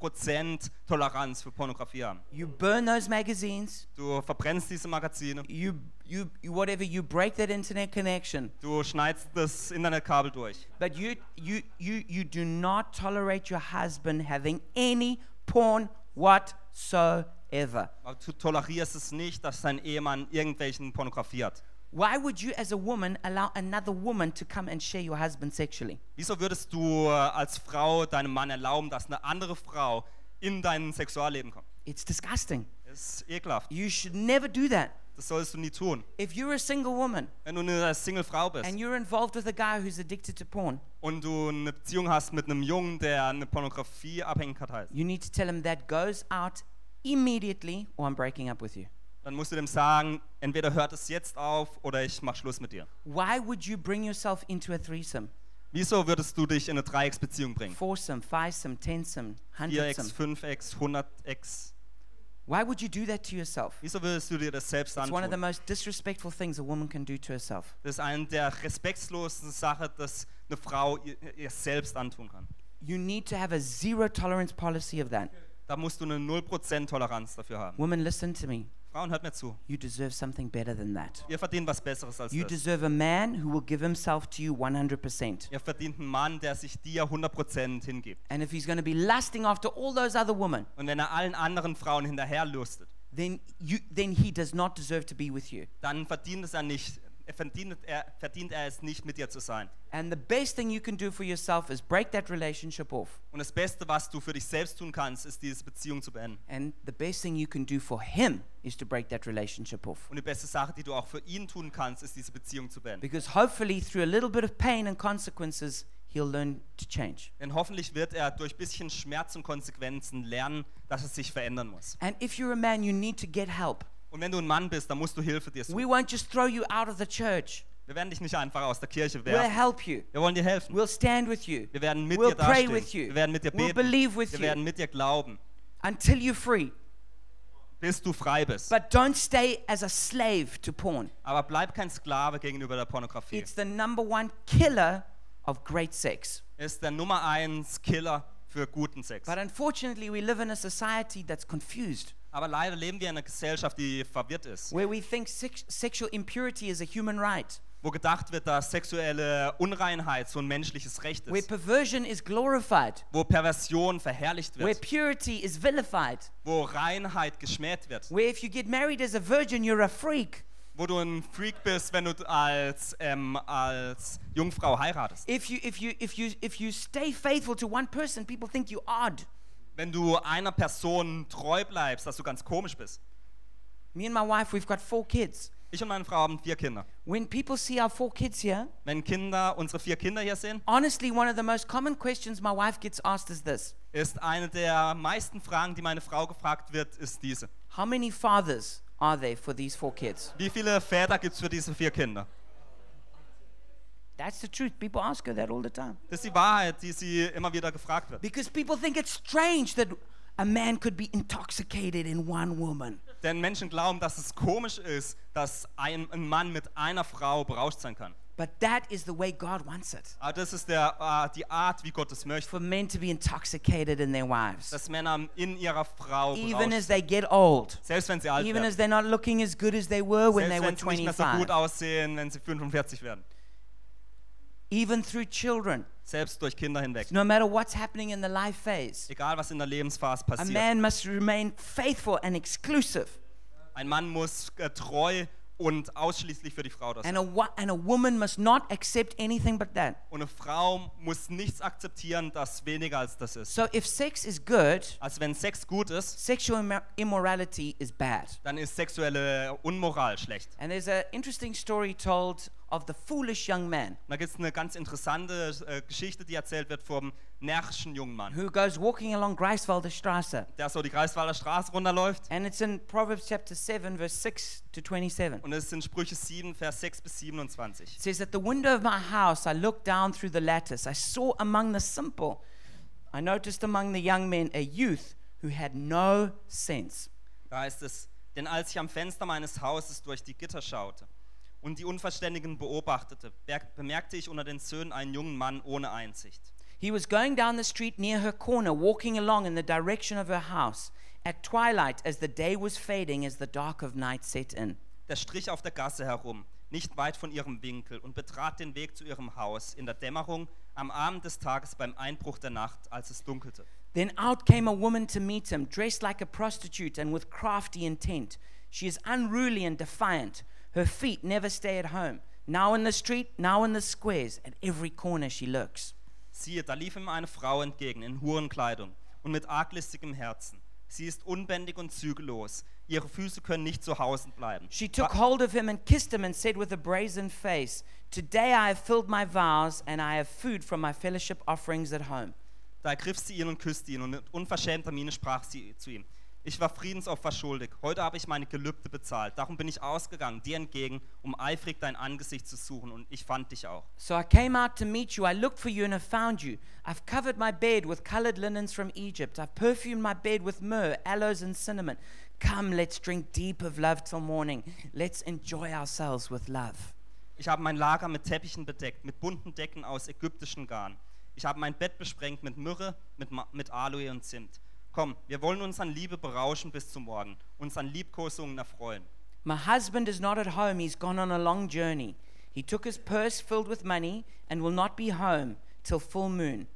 [SPEAKER 2] 0% Toleranz für Pornografie haben.
[SPEAKER 1] You burn those magazines,
[SPEAKER 2] Du verbrennst diese Magazine,
[SPEAKER 1] you, you, you whatever, you break that internet connection,
[SPEAKER 2] du schneidest das Internetkabel durch.
[SPEAKER 1] but you, you, you, you do not tolerate your husband having any porn whatsoever.
[SPEAKER 2] Aber du tolerierst es nicht, dass dein Ehemann irgendwelchen Pornografie hat.
[SPEAKER 1] Why would you, as a woman, allow another woman to come and share your husband sexually?
[SPEAKER 2] Wieso würdest du äh, als Frau deinem Mann erlauben, dass eine andere Frau in dein Sexualleben kommt?
[SPEAKER 1] It's disgusting.
[SPEAKER 2] Das ist ekelhaft.
[SPEAKER 1] You should never do that.
[SPEAKER 2] Das solltest du nie tun.
[SPEAKER 1] If you're a single woman
[SPEAKER 2] Wenn du eine Single-Frau
[SPEAKER 1] and
[SPEAKER 2] bist
[SPEAKER 1] you're involved with a guy who's addicted to porn,
[SPEAKER 2] und du eine Beziehung hast mit einem Jungen, der eine Pornografieabhängigkeit hat,
[SPEAKER 1] you need to tell him that goes out immediately or I'm breaking up with you.
[SPEAKER 2] dann musst du dem sagen, entweder hört es jetzt auf oder ich mach Schluss mit dir.
[SPEAKER 1] Why would you bring yourself into a threesome,
[SPEAKER 2] Wieso würdest du dich in eine Dreiecksbeziehung bringen?
[SPEAKER 1] foursome, fivesome, tensome,
[SPEAKER 2] Vierex,
[SPEAKER 1] hundredsome?
[SPEAKER 2] Fünfex, Hundertex.
[SPEAKER 1] Why would you do that to yourself?
[SPEAKER 2] Wieso würdest du dir das selbst
[SPEAKER 1] It's one of the
[SPEAKER 2] antun?
[SPEAKER 1] most disrespectful things a woman can do to herself.
[SPEAKER 2] Das ist eine der respektlosesten Sachen, dass eine Frau ihr, ihr selbst antun kann.
[SPEAKER 1] You need to have a zero tolerance policy of that.
[SPEAKER 2] Da musst du eine 0% Toleranz dafür haben.
[SPEAKER 1] Women, listen to me.
[SPEAKER 2] Frauen, hört mir zu.
[SPEAKER 1] You deserve something better than that.
[SPEAKER 2] Ihr verdient was Besseres als
[SPEAKER 1] You
[SPEAKER 2] das.
[SPEAKER 1] deserve a man who will give himself to you 100%.
[SPEAKER 2] Ihr verdient einen Mann, der sich dir 100% hingibt.
[SPEAKER 1] And if he's going to be lusting after all those other women,
[SPEAKER 2] Und wenn er allen anderen Frauen hinterherlustet,
[SPEAKER 1] then you then he does not deserve to be with you.
[SPEAKER 2] dann verdient es er nicht. Er verdient, er, verdient er es nicht, mit dir zu sein.
[SPEAKER 1] And the best thing you can do for yourself is break that relationship off.
[SPEAKER 2] Und das Beste, was du für dich selbst tun kannst, ist, diese Beziehung zu beenden.
[SPEAKER 1] And the best thing you can do for him is to break that relationship off.
[SPEAKER 2] Und die beste Sache, die du auch für ihn tun kannst, ist, diese Beziehung zu beenden.
[SPEAKER 1] Because hopefully through a little bit of pain and consequences, he'll learn to change.
[SPEAKER 2] Denn hoffentlich wird er durch bisschen Schmerz und Konsequenzen lernen, dass es sich verändern muss.
[SPEAKER 1] And if you're a man, you need to get help.
[SPEAKER 2] Und wenn du ein Mann bist, dann musst du Hilfe dir suchen.
[SPEAKER 1] We won't just throw you out of the church.
[SPEAKER 2] Wir werden dich nicht einfach aus der Kirche
[SPEAKER 1] We'll
[SPEAKER 2] werfen.
[SPEAKER 1] help you.
[SPEAKER 2] Wir wollen dir helfen.
[SPEAKER 1] We'll stand with you.
[SPEAKER 2] Wir werden mit
[SPEAKER 1] We'll
[SPEAKER 2] dir
[SPEAKER 1] pray
[SPEAKER 2] dastehen.
[SPEAKER 1] with you.
[SPEAKER 2] Wir werden mit dir
[SPEAKER 1] We'll
[SPEAKER 2] beten.
[SPEAKER 1] believe with
[SPEAKER 2] Wir
[SPEAKER 1] you.
[SPEAKER 2] werden mit dir glauben,
[SPEAKER 1] until you're free.
[SPEAKER 2] bis du frei bist.
[SPEAKER 1] But don't stay as a slave to porn.
[SPEAKER 2] Aber bleib kein Sklave gegenüber der Pornografie.
[SPEAKER 1] It's the number one killer of great sex.
[SPEAKER 2] Ist der Nummer eins Killer für guten Sex.
[SPEAKER 1] But unfortunately, we live in a society that's confused.
[SPEAKER 2] Aber leider leben wir in einer Gesellschaft, die verwirrt ist,
[SPEAKER 1] where we think sex- sexual impurity is a human right,
[SPEAKER 2] wo gedacht wird, dass sexuelle Unreinheit so ein menschliches Recht
[SPEAKER 1] where
[SPEAKER 2] ist,
[SPEAKER 1] perversion is glorified,
[SPEAKER 2] wo Perversion verherrlicht
[SPEAKER 1] where
[SPEAKER 2] wird,
[SPEAKER 1] purity is vilified,
[SPEAKER 2] wo Reinheit geschmäht wird,
[SPEAKER 1] where if you get married as a virgin, you're a freak.
[SPEAKER 2] wo du ein Freak bist, wenn du als, ähm, als Jungfrau heiratest.
[SPEAKER 1] If you, if, you, if, you, if you stay faithful to one person, people think you odd.
[SPEAKER 2] Wenn du einer Person treu bleibst, dass du ganz komisch bist.
[SPEAKER 1] Me and my wife, we've got four kids.
[SPEAKER 2] Ich und meine Frau haben vier Kinder.
[SPEAKER 1] When people see our four kids here,
[SPEAKER 2] Wenn Kinder unsere vier Kinder hier sehen,
[SPEAKER 1] honestly, one of the most common questions my wife gets asked is this
[SPEAKER 2] ist eine der meisten Fragen, die meine Frau gefragt wird, ist diese.
[SPEAKER 1] How many fathers are there for these four kids?
[SPEAKER 2] Wie viele Väter gibt es für diese vier Kinder?
[SPEAKER 1] That's the truth. People ask her that all the time.
[SPEAKER 2] Das ist die Wahrheit, die sie immer wieder gefragt wird.
[SPEAKER 1] Because people think it's strange that a man could be intoxicated in one woman.
[SPEAKER 2] Denn Menschen glauben, dass es komisch ist, dass ein, ein Mann mit einer Frau berauscht sein kann.
[SPEAKER 1] But that is the way God wants it
[SPEAKER 2] Aber das ist der, äh, die Art, wie Gott es möchte,
[SPEAKER 1] for men to be intoxicated in their wives,
[SPEAKER 2] dass Männer in ihrer Frau
[SPEAKER 1] even
[SPEAKER 2] berauscht
[SPEAKER 1] as they get old,
[SPEAKER 2] Selbst wenn sie alt
[SPEAKER 1] even
[SPEAKER 2] werden.
[SPEAKER 1] as they're not looking as good as they were when they
[SPEAKER 2] Selbst
[SPEAKER 1] were
[SPEAKER 2] wenn sie nicht mehr so gut
[SPEAKER 1] 25,
[SPEAKER 2] aussehen, wenn sie 45 werden.
[SPEAKER 1] even through children.
[SPEAKER 2] Selbst durch Kinder hinweg.
[SPEAKER 1] No matter what's happening in the life phase,
[SPEAKER 2] Egal, was in der Lebensphase
[SPEAKER 1] a
[SPEAKER 2] passiert.
[SPEAKER 1] man must remain faithful and exclusive,
[SPEAKER 2] Ein Mann muss äh, treu und ausschließlich für die Frau da sein.
[SPEAKER 1] and a, wa- and a woman must not accept anything but that.
[SPEAKER 2] Und eine Frau muss nichts akzeptieren, das weniger als das ist.
[SPEAKER 1] So if sex is good,
[SPEAKER 2] Also wenn Sex gut ist,
[SPEAKER 1] sexual immo- immorality is bad.
[SPEAKER 2] dann ist sexuelle Unmoral schlecht.
[SPEAKER 1] And there's an interesting story told of the foolish young man
[SPEAKER 2] Und da gibt es eine ganz interessante äh, Geschichte, die erzählt wird vom närrischen jungen Mann,
[SPEAKER 1] who goes walking along Greifswalder Straße.
[SPEAKER 2] der so die Greifswalder Straße runterläuft.
[SPEAKER 1] And it's in Proverbs chapter 7, verse 6 to 27.
[SPEAKER 2] Und es sind Sprüche 7, Vers 6 bis 27.
[SPEAKER 1] It says, At the window of my house, I looked down through the lattice. I saw among the simple, I noticed among the young men a youth who had no sense.
[SPEAKER 2] Da heißt es, denn als ich am Fenster meines Hauses durch die Gitter schaute und die Unverständigen beobachtete, ber- bemerkte ich unter den Söhnen einen jungen Mann ohne Einsicht.
[SPEAKER 1] He was going down the street near her corner, walking along in the direction of her house. At twilight, as the day was fading, as the dark of night set in.
[SPEAKER 2] Der strich auf der Gasse herum, nicht weit von ihrem Winkel, und betrat den Weg zu ihrem Haus in der Dämmerung, am Abend des Tages beim Einbruch der Nacht, als es dunkelte.
[SPEAKER 1] Then out came a woman to meet him, dressed like a prostitute and with crafty intent. She is unruly and defiant. Her feet never stay at home. Now in the street, now in the squares. At every corner she looks.
[SPEAKER 2] Siehe, da lief ihm eine Frau entgegen, in Hurenkleidung und mit arglistigem Herzen. Sie ist unbändig und zügellos. Ihre Füße können nicht zu Hause bleiben.
[SPEAKER 1] She took
[SPEAKER 2] Wa-
[SPEAKER 1] hold of him and kissed him and said with a brazen face, Today I have filled my vows and I have food from my fellowship offerings at home.
[SPEAKER 2] Da ergriff sie ihn und küsste ihn und mit unverschämter Miene sprach sie zu ihm. Ich war Friedensopfer schuldig. Heute habe ich meine Gelübde bezahlt. Darum bin ich ausgegangen, dir entgegen, um eifrig dein Angesicht zu suchen. Und ich fand dich auch.
[SPEAKER 1] So I came out to meet you. I looked for you and have found you. I've covered my bed with colored linens from Egypt. I've perfumed my bed with myrrh, aloes, and cinnamon. Come, let's drink deep of love till morning. Let's enjoy ourselves with love.
[SPEAKER 2] Ich habe mein Lager mit Teppichen bedeckt, mit bunten Decken aus ägyptischen Garn. Ich habe mein Bett besprengt mit Myrrhe, mit, Ma- mit Aloe und Zimt. Komm, wir wollen uns an Liebe berauschen bis zum Morgen, uns an Liebkosungen erfreuen.
[SPEAKER 1] My husband is not at home. He's gone on a long journey. He took his purse filled with money and will not be home till full moon.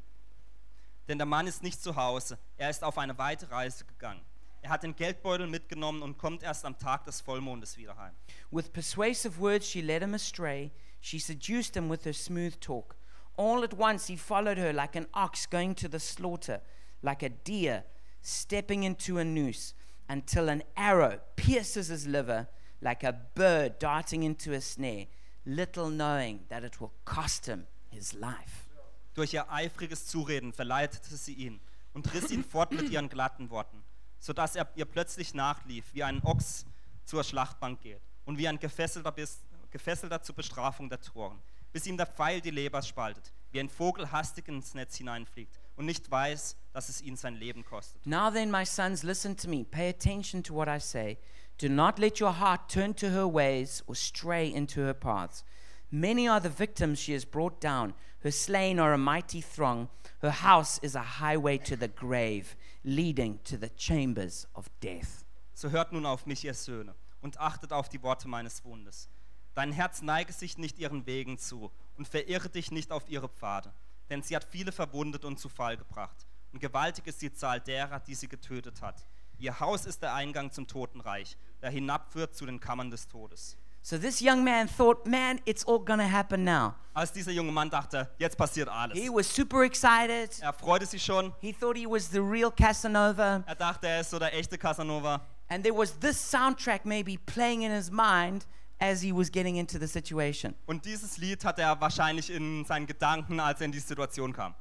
[SPEAKER 2] Denn der Mann ist nicht zu Hause, er ist auf eine weite Reise gegangen. Er hat den Geldbeutel mitgenommen und kommt erst am Tag des Vollmondes wieder heim.
[SPEAKER 1] With persuasive words, she led him astray. She seduced him with her smooth talk. All at once, he followed her like an ox going to the slaughter, like a deer stepping into a noose, until an arrow pierces his liver, like a bird darting into a snare, little knowing that it will cost him his life.
[SPEAKER 2] Durch ihr eifriges Zureden verleitete sie ihn und riss ihn fort mit ihren glatten Worten, sodass er ihr plötzlich nachlief, wie ein Ochs zur Schlachtbank geht und wie ein Gefesselter, bis, Gefesselter zur Bestrafung der Toren, bis ihm der Pfeil die Leber spaltet, wie ein Vogel hastig ins Netz hineinfliegt und nicht weiß, dass es ihn sein Leben kostet.
[SPEAKER 1] Now then, my sons, listen to me. Pay attention to what I say. Do not let your heart turn to her ways or stray into her paths. Many are the victims she has brought down. Her slain are a mighty throng. Her house is a highway to the grave, leading to the chambers of death.
[SPEAKER 2] So hört nun auf mich, ihr Söhne, und achtet auf die Worte meines Wundes. Dein Herz neige sich nicht ihren Wegen zu und verirre dich nicht auf ihre Pfade, denn sie hat viele verwundet und zu Fall gebracht. Und gewaltig ist die Zahl derer, die sie getötet hat. Ihr Haus ist der Eingang zum Totenreich, der hinabführt zu den Kammern des Todes.
[SPEAKER 1] So this young man thought, man, it's all going to happen now.
[SPEAKER 2] Als dieser junge Mann dachte, jetzt passiert alles.
[SPEAKER 1] He was super excited.
[SPEAKER 2] Er freute sich schon.
[SPEAKER 1] He thought he was the real Casanova.
[SPEAKER 2] Er dachte, er ist so der echte Casanova.
[SPEAKER 1] And there was this soundtrack maybe playing in his mind as he was getting into the situation.
[SPEAKER 2] Und dieses Lied hatte er wahrscheinlich in seinen Gedanken, als er in die Situation kam.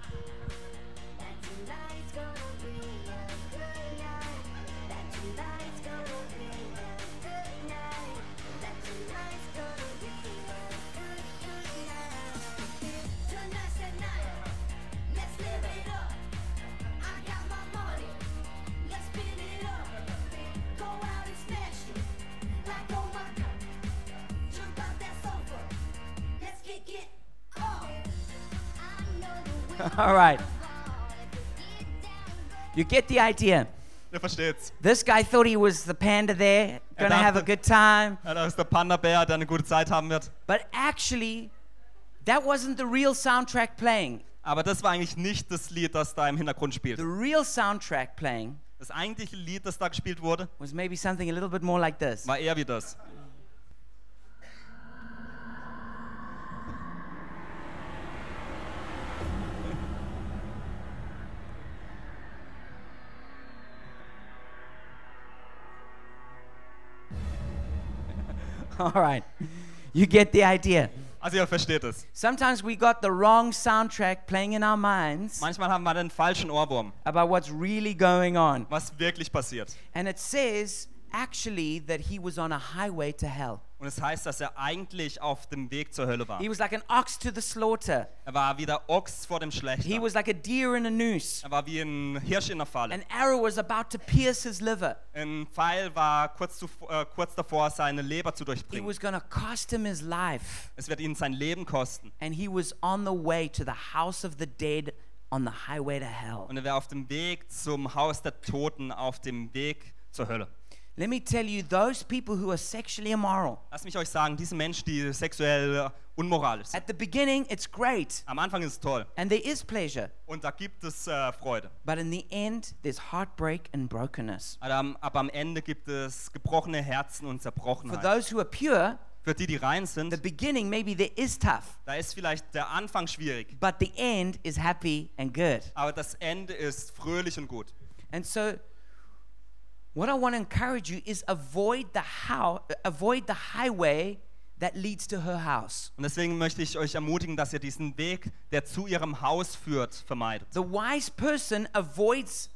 [SPEAKER 3] That tonight's gonna be a good night. That tonight's gonna be a good night. That tonight's gonna be a good, good night. Tonight's the night. Let's live it up. I got my money. Let's spin it up. Go out and smash it like on my cup. Jump out that sofa. Let's kick it off. oh. I know the way.
[SPEAKER 1] All right,
[SPEAKER 3] hard to get down.
[SPEAKER 1] you get the idea.
[SPEAKER 2] Ihr versteht's.
[SPEAKER 1] This guy thought he was the panda there, gonna have a good time.
[SPEAKER 2] Ja, da ist der Panda-Bär, der eine gute Zeit haben wird.
[SPEAKER 1] But actually, that wasn't the real soundtrack playing.
[SPEAKER 2] Aber das war eigentlich nicht das Lied, das da im Hintergrund
[SPEAKER 1] The
[SPEAKER 2] spielt.
[SPEAKER 1] real soundtrack playing
[SPEAKER 2] Das eigentliche Lied, das da gespielt wurde,
[SPEAKER 1] was maybe something a little bit more like this.
[SPEAKER 2] war eher wie das.
[SPEAKER 1] All right, you get the idea.
[SPEAKER 2] Also ihr versteht es.
[SPEAKER 1] Sometimes we got the wrong soundtrack playing in our minds
[SPEAKER 2] Manchmal haben wir den falschen Ohrwurm,
[SPEAKER 1] about what's really going on.
[SPEAKER 2] was wirklich passiert.
[SPEAKER 1] And it says actually that he was on a highway to hell.
[SPEAKER 2] Und es heißt, dass er eigentlich auf dem Weg zur Hölle war.
[SPEAKER 1] He was like an ox to the slaughter.
[SPEAKER 2] Er war wie der Ochs vor dem
[SPEAKER 1] He
[SPEAKER 2] Schlechter.
[SPEAKER 1] was like a deer in a noose.
[SPEAKER 2] Er war wie ein Hirsch in der Falle.
[SPEAKER 1] An arrow was about to pierce his liver.
[SPEAKER 2] Ein Pfeil war kurz, zu, äh, kurz davor, seine Leber zu
[SPEAKER 1] It
[SPEAKER 2] durchbringen.
[SPEAKER 1] was going to cost him his life.
[SPEAKER 2] Es wird ihn sein Leben kosten.
[SPEAKER 1] And he was on the way to the house of the dead on the highway to hell.
[SPEAKER 2] Und er wäre auf dem Weg zum Haus der Toten, auf dem Weg zur Hölle.
[SPEAKER 1] Let me tell you, those people who are sexually immoral,
[SPEAKER 2] Lass mich euch sagen, diese Menschen, die sexuell äh, unmoralisch sind,
[SPEAKER 1] at the beginning, it's great
[SPEAKER 2] am Anfang ist es toll
[SPEAKER 1] and there is pleasure.
[SPEAKER 2] und da gibt es äh, Freude.
[SPEAKER 1] But in the end, there's heartbreak and brokenness.
[SPEAKER 2] Aber am, aber am Ende gibt es gebrochene Herzen und
[SPEAKER 1] For
[SPEAKER 2] Zerbrochenheit.
[SPEAKER 1] those who are pure,
[SPEAKER 2] Für die, die rein
[SPEAKER 1] the
[SPEAKER 2] sind,
[SPEAKER 1] beginning, maybe there is tough.
[SPEAKER 2] da ist vielleicht der Anfang schwierig,
[SPEAKER 1] but the end is happy and good.
[SPEAKER 2] aber das Ende ist fröhlich und gut.
[SPEAKER 1] And so what I want to encourage you is avoid the how avoid the highway that leads to her house.
[SPEAKER 2] Und deswegen möchte ich euch ermutigen, dass ihr diesen Weg, der zu ihrem Haus führt, vermeidet.
[SPEAKER 1] The wise person avoids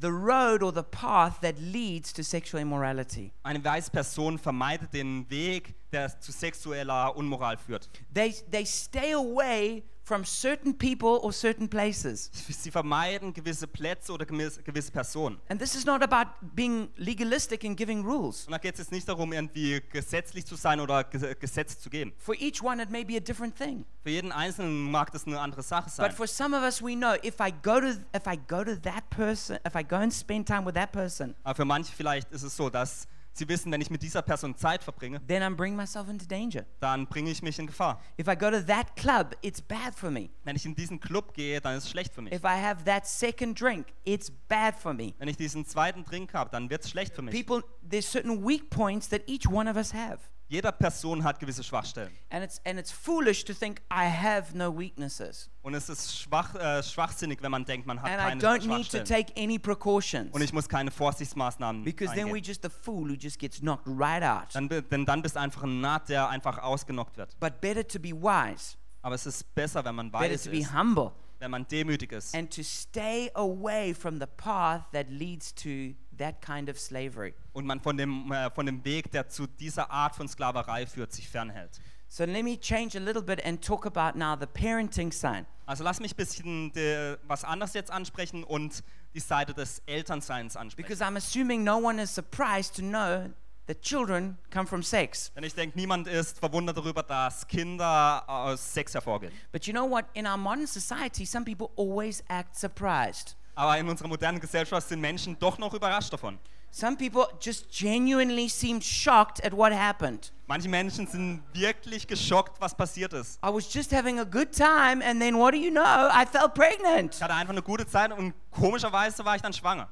[SPEAKER 1] the road or the path that leads to sexual immorality.
[SPEAKER 2] Eine weiße Person vermeidet den Weg, der zu sexueller Unmoral führt.
[SPEAKER 1] They they stay away from certain people or certain places.
[SPEAKER 2] Sie vermeiden gewisse Plätze oder gemis- gewisse Personen.
[SPEAKER 1] And this is not about being legalistic and giving rules.
[SPEAKER 2] Und da geht es jetzt nicht darum, irgendwie gesetzlich zu sein oder ges- Gesetz zu geben.
[SPEAKER 1] For each one it may be a different thing.
[SPEAKER 2] Für jeden Einzelnen mag das eine andere Sache sein.
[SPEAKER 1] But for some of us, we know if I go to if I go to that person, if I go and spend time with that person,
[SPEAKER 2] Aber für manche vielleicht ist es so, dass sie wissen, wenn ich mit dieser Person Zeit verbringe,
[SPEAKER 1] then I'm bringing myself into danger.
[SPEAKER 2] dann bringe ich mich in Gefahr.
[SPEAKER 1] If I go to that club, it's bad for me.
[SPEAKER 2] Wenn ich in diesen Club gehe, dann ist es schlecht für mich.
[SPEAKER 1] If I have that second drink, it's bad for me.
[SPEAKER 2] Wenn ich diesen zweiten Drink habe, dann wird es schlecht für mich.
[SPEAKER 1] People, there's certain weak points that each one of us have,
[SPEAKER 2] Jeder Person hat gewisse Schwachstellen.
[SPEAKER 1] and it's and it's foolish to think I have no weaknesses
[SPEAKER 2] Und es ist schwach, äh, schwachsinnig, wenn man denkt, man hat
[SPEAKER 1] and I
[SPEAKER 2] keine
[SPEAKER 1] don't need to
[SPEAKER 2] Schwachstellen.
[SPEAKER 1] take any precautions
[SPEAKER 2] Und ich muss keine Vorsichtsmaßnahmen
[SPEAKER 1] because then we're
[SPEAKER 2] eingehen.
[SPEAKER 1] just a fool who just gets knocked right out.
[SPEAKER 2] Dann, bi- denn dann bist du einfach ein Naht, der einfach ausgenockt wird.
[SPEAKER 1] But better to be wise,
[SPEAKER 2] Aber es ist besser, wenn man
[SPEAKER 1] better
[SPEAKER 2] weiß
[SPEAKER 1] to be
[SPEAKER 2] ist,
[SPEAKER 1] humble.
[SPEAKER 2] wenn man demütig ist.
[SPEAKER 1] and to stay away from the path that leads to that kind of slavery.
[SPEAKER 2] und man von dem, äh, von dem Weg, der zu dieser Art von Sklaverei führt, sich fernhält.
[SPEAKER 1] So let me change a little bit and talk about now the parenting sign.
[SPEAKER 2] Also lass mich ein bisschen de, was anderes jetzt ansprechen und die Seite des Elternseins ansprechen.
[SPEAKER 1] Because I'm assuming no one is surprised to know that children come from sex.
[SPEAKER 2] Denn ich denke, niemand ist verwundert darüber, dass Kinder aus Sex hervorgehen.
[SPEAKER 1] But you know what? In our modern society, some people always act surprised.
[SPEAKER 2] Aber in unserer modernen Gesellschaft sind Menschen doch noch überrascht davon.
[SPEAKER 1] Some people just genuinely seem shocked at what happened.
[SPEAKER 2] Manche Menschen sind wirklich geschockt, was passiert ist.
[SPEAKER 1] I was just having a good time, and then what do you know? I fell pregnant.
[SPEAKER 2] Ich hatte einfach eine gute Zeit und komischerweise war ich dann schwanger.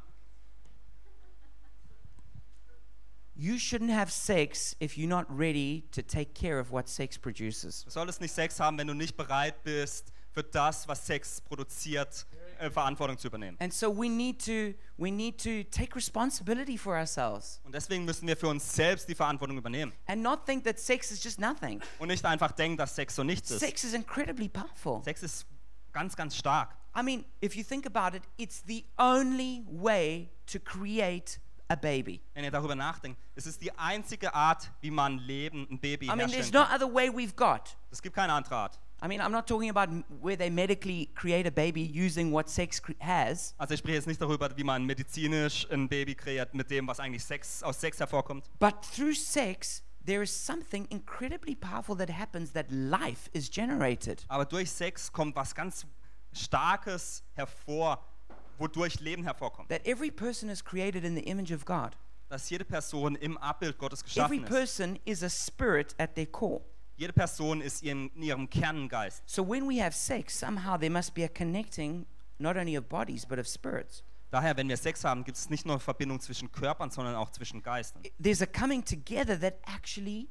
[SPEAKER 1] You shouldn't have sex if you're not ready to take care of what sex produces.
[SPEAKER 2] Du solltest nicht Sex haben, wenn du nicht bereit bist, für das, was Sex produziert, äh, Verantwortung zu übernehmen.
[SPEAKER 1] And so we need to we need to take responsibility for ourselves
[SPEAKER 2] Und deswegen müssen wir für uns selbst die Verantwortung übernehmen
[SPEAKER 1] and not think that sex is just nothing.
[SPEAKER 2] und nicht einfach denken, dass Sex so nichts ist.
[SPEAKER 1] Sex is incredibly powerful.
[SPEAKER 2] Sex ist ganz, ganz stark.
[SPEAKER 1] I mean, if you think about it, it's the only way to create a baby.
[SPEAKER 2] Wenn ihr darüber nachdenkt, es ist die einzige Art, wie man Leben, ein Baby
[SPEAKER 1] I mean,
[SPEAKER 2] herstellen
[SPEAKER 1] there's
[SPEAKER 2] kann.
[SPEAKER 1] no other way we've got.
[SPEAKER 2] Es gibt keine andere Art.
[SPEAKER 1] I mean, I'm not talking about m- where they medically create a baby using what sex cre- has.
[SPEAKER 2] Also ich spreche jetzt nicht darüber, wie man medizinisch ein Baby kreiert mit dem, was eigentlich Sex, aus Sex hervorkommt.
[SPEAKER 1] But through sex, there is something incredibly powerful that happens that life is generated.
[SPEAKER 2] Aber durch Sex kommt was ganz Starkes hervor, wodurch Leben hervorkommt.
[SPEAKER 1] That every person is created in the image of God.
[SPEAKER 2] Dass jede Person im Abbild Gottes
[SPEAKER 1] Every
[SPEAKER 2] geschaffen ist.
[SPEAKER 1] person is a spirit at their core.
[SPEAKER 2] Jede Person ist ihrem, in ihrem Kern ein Geist.
[SPEAKER 1] So when we have sex, somehow there must be a connecting not only of bodies but of spirits.
[SPEAKER 2] Daher, wenn wir Sex haben, gibt es nicht nur Verbindung zwischen Körpern, sondern auch zwischen Geistern.
[SPEAKER 1] I- There's a coming together that actually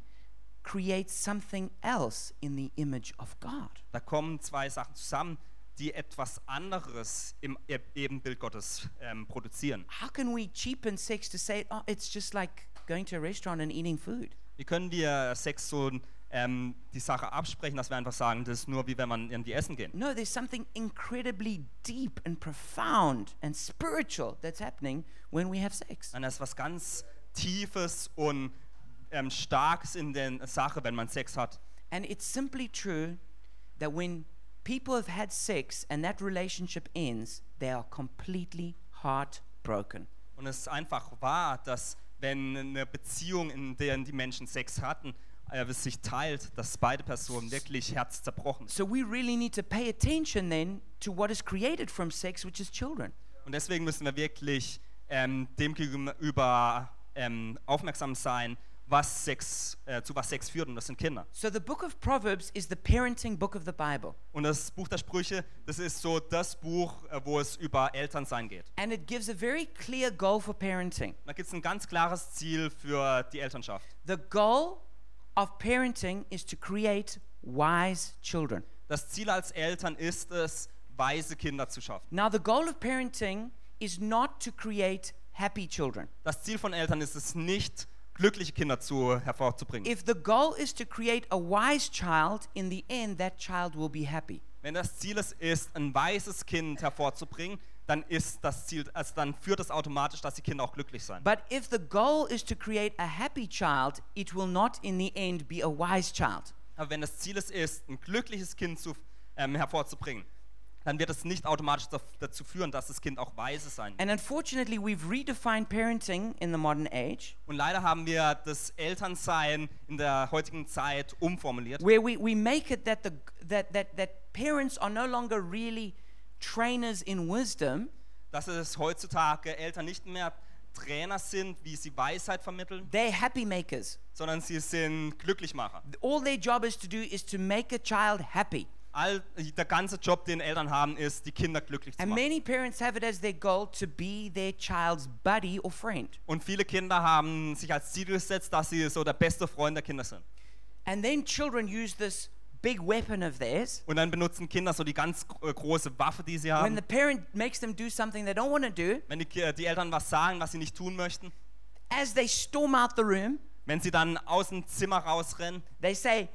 [SPEAKER 1] creates something else in the image of God.
[SPEAKER 2] Da kommen zwei Sachen zusammen, die etwas anderes im E- Ebenbild Gottes ähm, produzieren.
[SPEAKER 1] How can we cheapen sex to say, oh, it's just like going to a restaurant and eating food?
[SPEAKER 2] Wie können wir Sex so ähm, die Sache absprechen, dass wir einfach sagen, das ist nur wie wenn man irgendwie essen gehen?
[SPEAKER 1] No, there's something incredibly deep and profound and spiritual that's happening when we have sex.
[SPEAKER 2] Sondern es ist was ganz Tiefes und ähm, Starkes in der Sache, wenn man Sex hat.
[SPEAKER 1] And it's simply true that when people have had sex and that relationship ends, they are completely heartbroken.
[SPEAKER 2] Und es ist einfach wahr, dass wenn eine Beziehung, in der die Menschen Sex hatten, äh, es sich teilt, dass beide Personen wirklich herzzerbrochen sind.
[SPEAKER 1] So we really need to pay attention then to what is created from sex, which is children.
[SPEAKER 2] Und deswegen müssen wir wirklich ähm, dem gegenüber ähm, aufmerksam sein, was Sex, äh, zu was Sex führt. Und das sind Kinder.
[SPEAKER 1] So the book of Proverbs is the parenting book of the Bible.
[SPEAKER 2] Und das Buch der Sprüche, das ist so das Buch, äh, wo es über Elternsein geht.
[SPEAKER 1] And it gives a very clear goal for parenting.
[SPEAKER 2] Da gibt es ein ganz klares Ziel für die Elternschaft.
[SPEAKER 1] The goal of parenting is to create wise children.
[SPEAKER 2] Das Ziel als Eltern ist es, weise Kinder zu schaffen.
[SPEAKER 1] Now, the goal of parenting is not to create happy children.
[SPEAKER 2] Das Ziel von Eltern ist es nicht, glückliche Kinder zu, hervorzubringen.
[SPEAKER 1] If the goal is to create a wise child, in the end, that child will be happy.
[SPEAKER 2] Wenn das Ziel es ist, ein weises Kind hervorzubringen, dann ist das Ziel, also dann führt es automatisch, dass die Kinder auch glücklich sein.
[SPEAKER 1] But if the goal is to create a happy child, it will not, in the end, be a wise child.
[SPEAKER 2] Aber wenn das Ziel es ist, ein glückliches Kind zu, ähm, hervorzubringen, dann wird es nicht automatisch da- dazu führen, dass das Kind auch weise sein wird.
[SPEAKER 1] And unfortunately, we've redefined parenting in the modern age,
[SPEAKER 2] Und leider haben wir das Elternsein in der heutigen Zeit umformuliert.
[SPEAKER 1] where we, we make it that, the, that, that, that parents are no longer really trainers in wisdom,
[SPEAKER 2] dass es heutzutage Eltern nicht mehr Trainer sind, wie sie Weisheit vermitteln,
[SPEAKER 1] they're happy makers.
[SPEAKER 2] sondern sie sind Glücklichmacher.
[SPEAKER 1] All their job is to do is to make a child happy.
[SPEAKER 2] All, äh, der ganze Job, den Eltern haben, ist, die Kinder glücklich zu
[SPEAKER 1] And
[SPEAKER 2] machen.
[SPEAKER 1] many parents have it as their goal to be their child's buddy or friend.
[SPEAKER 2] Und viele Kinder haben sich als Ziel gesetzt, dass sie so der beste Freund der Kinder sind.
[SPEAKER 1] And then children use this big weapon of theirs.
[SPEAKER 2] Und dann benutzen Kinder so die ganz gro- äh, große Waffe, die sie
[SPEAKER 1] When
[SPEAKER 2] haben.
[SPEAKER 1] the parent makes them do something they don't want to do,
[SPEAKER 2] Wenn die, Ki- äh, die Eltern was sagen, was sie nicht tun möchten,
[SPEAKER 1] as they storm out the room,
[SPEAKER 2] wenn sie dann aus dem Zimmer rausrennen,
[SPEAKER 1] they say,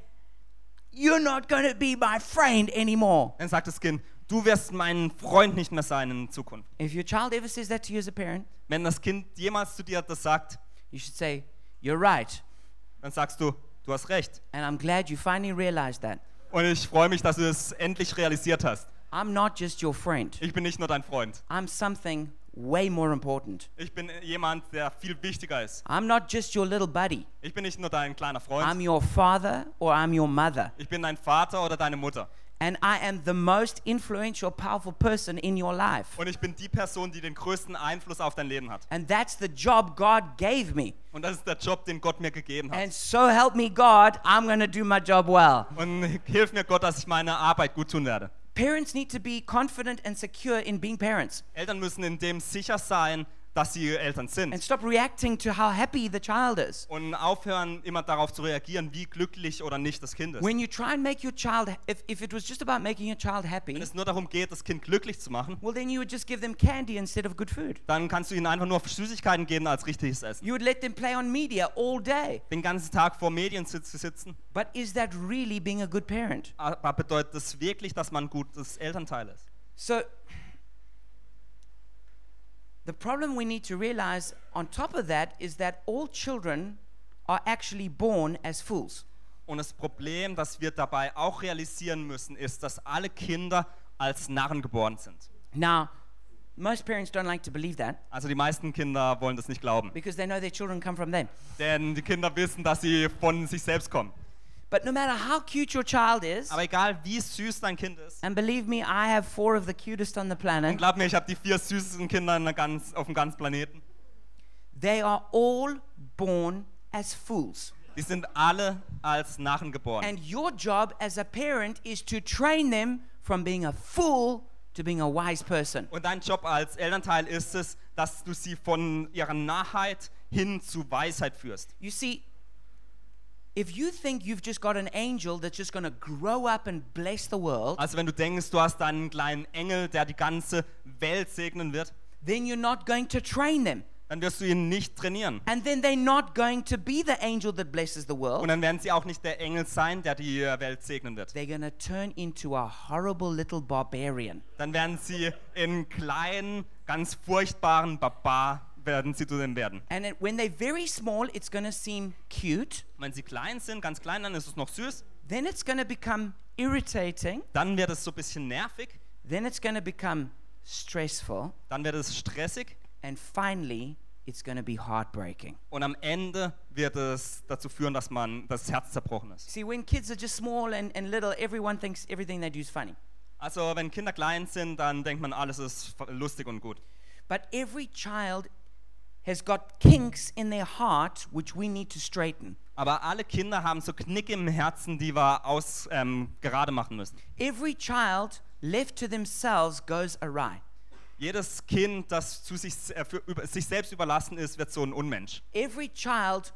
[SPEAKER 1] You're not going to be my friend anymore.
[SPEAKER 2] dann sagt das Kind, du wirst mein Freund nicht mehr sein in Zukunft.
[SPEAKER 1] If your child ever says that to you as a parent,
[SPEAKER 2] Wenn das Kind jemals zu dir das sagt,
[SPEAKER 1] you should say, You're right.
[SPEAKER 2] dann sagst du, du hast recht.
[SPEAKER 1] And I'm glad you finally realized that.
[SPEAKER 2] Und ich freue mich, dass du es endlich realisiert hast.
[SPEAKER 1] I'm not just your friend,
[SPEAKER 2] Ich bin nicht nur dein Freund.
[SPEAKER 1] I'm something way more important.
[SPEAKER 2] Ich bin jemand, der viel wichtiger ist.
[SPEAKER 1] I'm not just your little buddy.
[SPEAKER 2] Ich bin nicht nur dein kleiner Freund.
[SPEAKER 1] I'm your father or I'm your mother.
[SPEAKER 2] Ich bin dein Vater oder deine Mutter.
[SPEAKER 1] and I am the most influential, powerful person in your life.
[SPEAKER 2] Und ich bin die Person, die den größten Einfluss auf dein Leben hat.
[SPEAKER 1] And that's the job God gave me.
[SPEAKER 2] Und das ist der Job, den Gott mir gegeben hat.
[SPEAKER 1] And so help me God, I'm going to do my job well.
[SPEAKER 2] Und hilf mir Gott, dass ich meine Arbeit gut tun werde.
[SPEAKER 1] Parents need to be confident and secure in being parents
[SPEAKER 2] Eltern müssen in dem sicher sein, dass sie Eltern
[SPEAKER 1] and
[SPEAKER 2] sind.
[SPEAKER 1] stop reacting to how happy the child is.
[SPEAKER 2] Und aufhören, immer darauf zu reagieren, wie glücklich oder nicht das Kind ist.
[SPEAKER 1] When you try and make your child, if, if it was just about making your child happy,
[SPEAKER 2] Wenn es nur darum geht, das Kind glücklich zu machen,
[SPEAKER 1] well, then you would just give them candy instead of good food.
[SPEAKER 2] dann kannst du ihnen einfach nur Süßigkeiten geben als richtiges Essen.
[SPEAKER 1] You would let them play on media all day.
[SPEAKER 2] Den ganzen Tag vor Medien zu zu sitzen,
[SPEAKER 1] But is that really being a good parent?
[SPEAKER 2] aber bedeutet das wirklich, dass man ein gutes Elternteil ist.
[SPEAKER 1] So, the problem we need to realize on top of that is that all children are actually born as fools.
[SPEAKER 2] Und das Problem, das wir dabei auch realisieren müssen, ist, dass alle Kinder als Narren geboren sind.
[SPEAKER 1] Now, most parents don't like to believe that
[SPEAKER 2] Also die meisten Kinder wollen das nicht glauben,
[SPEAKER 1] because they know their children come from them.
[SPEAKER 2] denn die Kinder wissen, dass sie von sich selbst kommen.
[SPEAKER 1] But no matter how cute your child is,
[SPEAKER 2] Aber egal, wie süß dein Kind ist,
[SPEAKER 1] and believe me, I have four of the cutest on the
[SPEAKER 2] und
[SPEAKER 1] planet,
[SPEAKER 2] glaub mir, ich habe die vier süßesten Kinder in der ganz, auf dem ganzen Planeten.
[SPEAKER 1] they are all born as fools.
[SPEAKER 2] Die sind alle als Narren geboren.
[SPEAKER 1] And your job as a parent is to train them from being a fool to being a wise person.
[SPEAKER 2] Und dein Job als Elternteil ist es, dass du sie von ihrer Narrheit hin zu Weisheit führst.
[SPEAKER 1] You see, if you think you've just got an angel that's just going to grow up and bless the world,
[SPEAKER 2] Also wenn du denkst, du hast deinen kleinen Engel, der die ganze Welt segnen wird,
[SPEAKER 1] then you're not going to train them.
[SPEAKER 2] dann wirst du ihn nicht trainieren.
[SPEAKER 1] And then they're not going to be the angel that blesses the
[SPEAKER 2] Und
[SPEAKER 1] world.
[SPEAKER 2] dann werden sie auch nicht der Engel sein, der die Welt segnen wird.
[SPEAKER 1] They're going to turn into a horrible little barbarian.
[SPEAKER 2] Dann werden sie in kleinen, ganz furchtbaren Barbar werden sie zu dem werden.
[SPEAKER 1] And it, when they're very small, it's going to seem cute.
[SPEAKER 2] Wenn sie klein sind, ganz klein, dann ist es noch süß.
[SPEAKER 1] Then it's going to become irritating.
[SPEAKER 2] Dann wird es so ein bisschen nervig.
[SPEAKER 1] Then it's going to become stressful.
[SPEAKER 2] Dann wird es stressig.
[SPEAKER 1] And finally, it's going to be heartbreaking.
[SPEAKER 2] Und am Ende wird es dazu führen, dass man das Herz zerbrochen ist.
[SPEAKER 1] See, when kids are just small and, and little, everyone thinks everything they do is funny.
[SPEAKER 2] Also wenn Kinder klein sind, dann denkt man, alles ist f- lustig und gut.
[SPEAKER 1] But every child has got kinks in their heart which we need to straighten.
[SPEAKER 2] Aber alle Kinder haben so Knick im Herzen, die wir aus, ähm, gerade machen müssen.
[SPEAKER 1] Every child left to themselves goes awry.
[SPEAKER 2] Jedes Kind, das zu sich, s- äh, für, über, sich selbst überlassen ist, wird so ein Unmensch.
[SPEAKER 1] Every child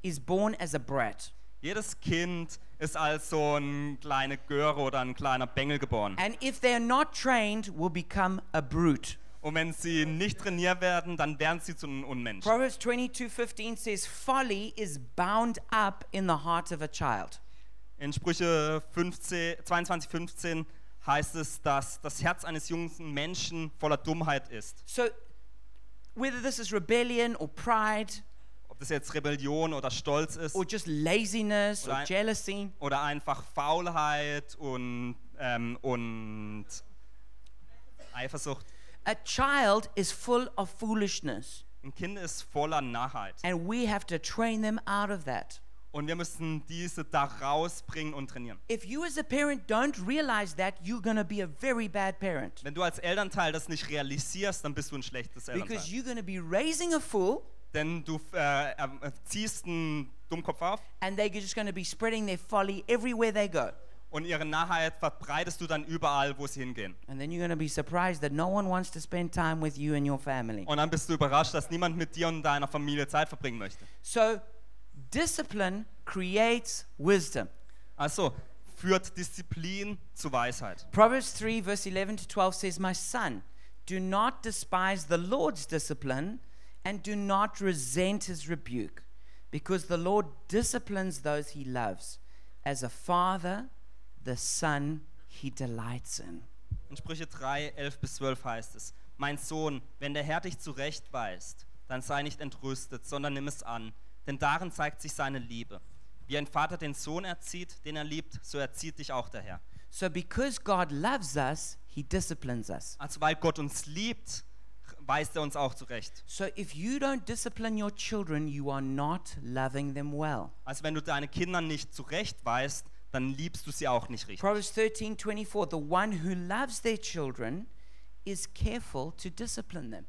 [SPEAKER 1] is born as a brat.
[SPEAKER 2] Jedes Kind ist als so ein kleine Göre oder ein kleiner Bengel geboren.
[SPEAKER 1] And if they're not trained, will become a brute.
[SPEAKER 2] Und wenn sie nicht trainiert werden, dann werden sie zu einem Unmensch.
[SPEAKER 1] Proverbs 22:15 says folly is bound up in the heart of a child.
[SPEAKER 2] In Sprüche 15, 22, 15 heißt es, dass das Herz eines jungen Menschen voller Dummheit ist.
[SPEAKER 1] So whether this is rebellion or pride
[SPEAKER 2] Ob das jetzt Rebellion oder Stolz ist
[SPEAKER 1] or just laziness or
[SPEAKER 2] Right.
[SPEAKER 1] jealousy,
[SPEAKER 2] oder einfach Faulheit und, ähm, und Eifersucht.
[SPEAKER 1] a child is full of foolishness.
[SPEAKER 2] Ein Kind ist voller Narrheit.
[SPEAKER 1] And we have to train them out of that.
[SPEAKER 2] Und wir müssen diese da rausbringen und trainieren.
[SPEAKER 1] If you, as a parent, don't realize that, you're going to be a very bad parent
[SPEAKER 2] Wenn du als Elternteil das nicht realisierst, dann bist du ein schlechtes Elternteil.
[SPEAKER 1] because you're going to be raising a fool
[SPEAKER 2] Denn du äh, äh, ziehst einen Dummkopf auf
[SPEAKER 1] and they're just going to be spreading their folly everywhere they go.
[SPEAKER 2] und ihre Narrheit verbreitest du dann überall, wo sie hingehen.
[SPEAKER 1] And then you're going to be surprised that no one wants to spend time with you and your family.
[SPEAKER 2] Und dann bist du überrascht, dass niemand mit dir und deiner Familie Zeit verbringen möchte.
[SPEAKER 1] So, discipline creates wisdom.
[SPEAKER 2] Also führt Disziplin zu Weisheit.
[SPEAKER 1] Proverbs 3, verse 11 to 12 says, My son, do not despise the Lord's discipline and do not resent his rebuke, because the Lord disciplines those he loves. As a father, the son he delights in.
[SPEAKER 2] In Sprüche 3, 11 bis 12 heißt es, Mein Sohn, wenn der Herr dich zurechtweist, dann sei nicht entrüstet, sondern nimm es an, denn darin zeigt sich seine Liebe. Wie ein Vater den Sohn erzieht, den er liebt, so erzieht dich auch der Herr.
[SPEAKER 1] So, because God loves us, he disciplines us.
[SPEAKER 2] Also weil Gott uns liebt, weist er uns auch zurecht.
[SPEAKER 1] So, if you don't discipline your children, you are not loving them well.
[SPEAKER 2] Also wenn du deine Kinder nicht zurechtweist, dann liebst du sie auch nicht richtig.
[SPEAKER 1] Proverbs 13 24. The one who loves their children is careful to discipline them.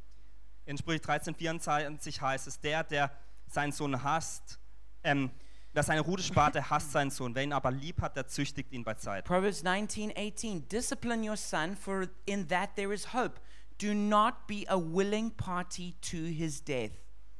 [SPEAKER 2] In Sprüche 13, 24 heißt es, der, der seinen Sohn hasst, ähm, wer seine Rute spart, der hasst seinen Sohn. Wer ihn aber lieb hat, der züchtigt ihn bei Zeit.
[SPEAKER 1] Proverbs 19 18. Discipline your son, for in that there is hope. Do not be a willing party to his death.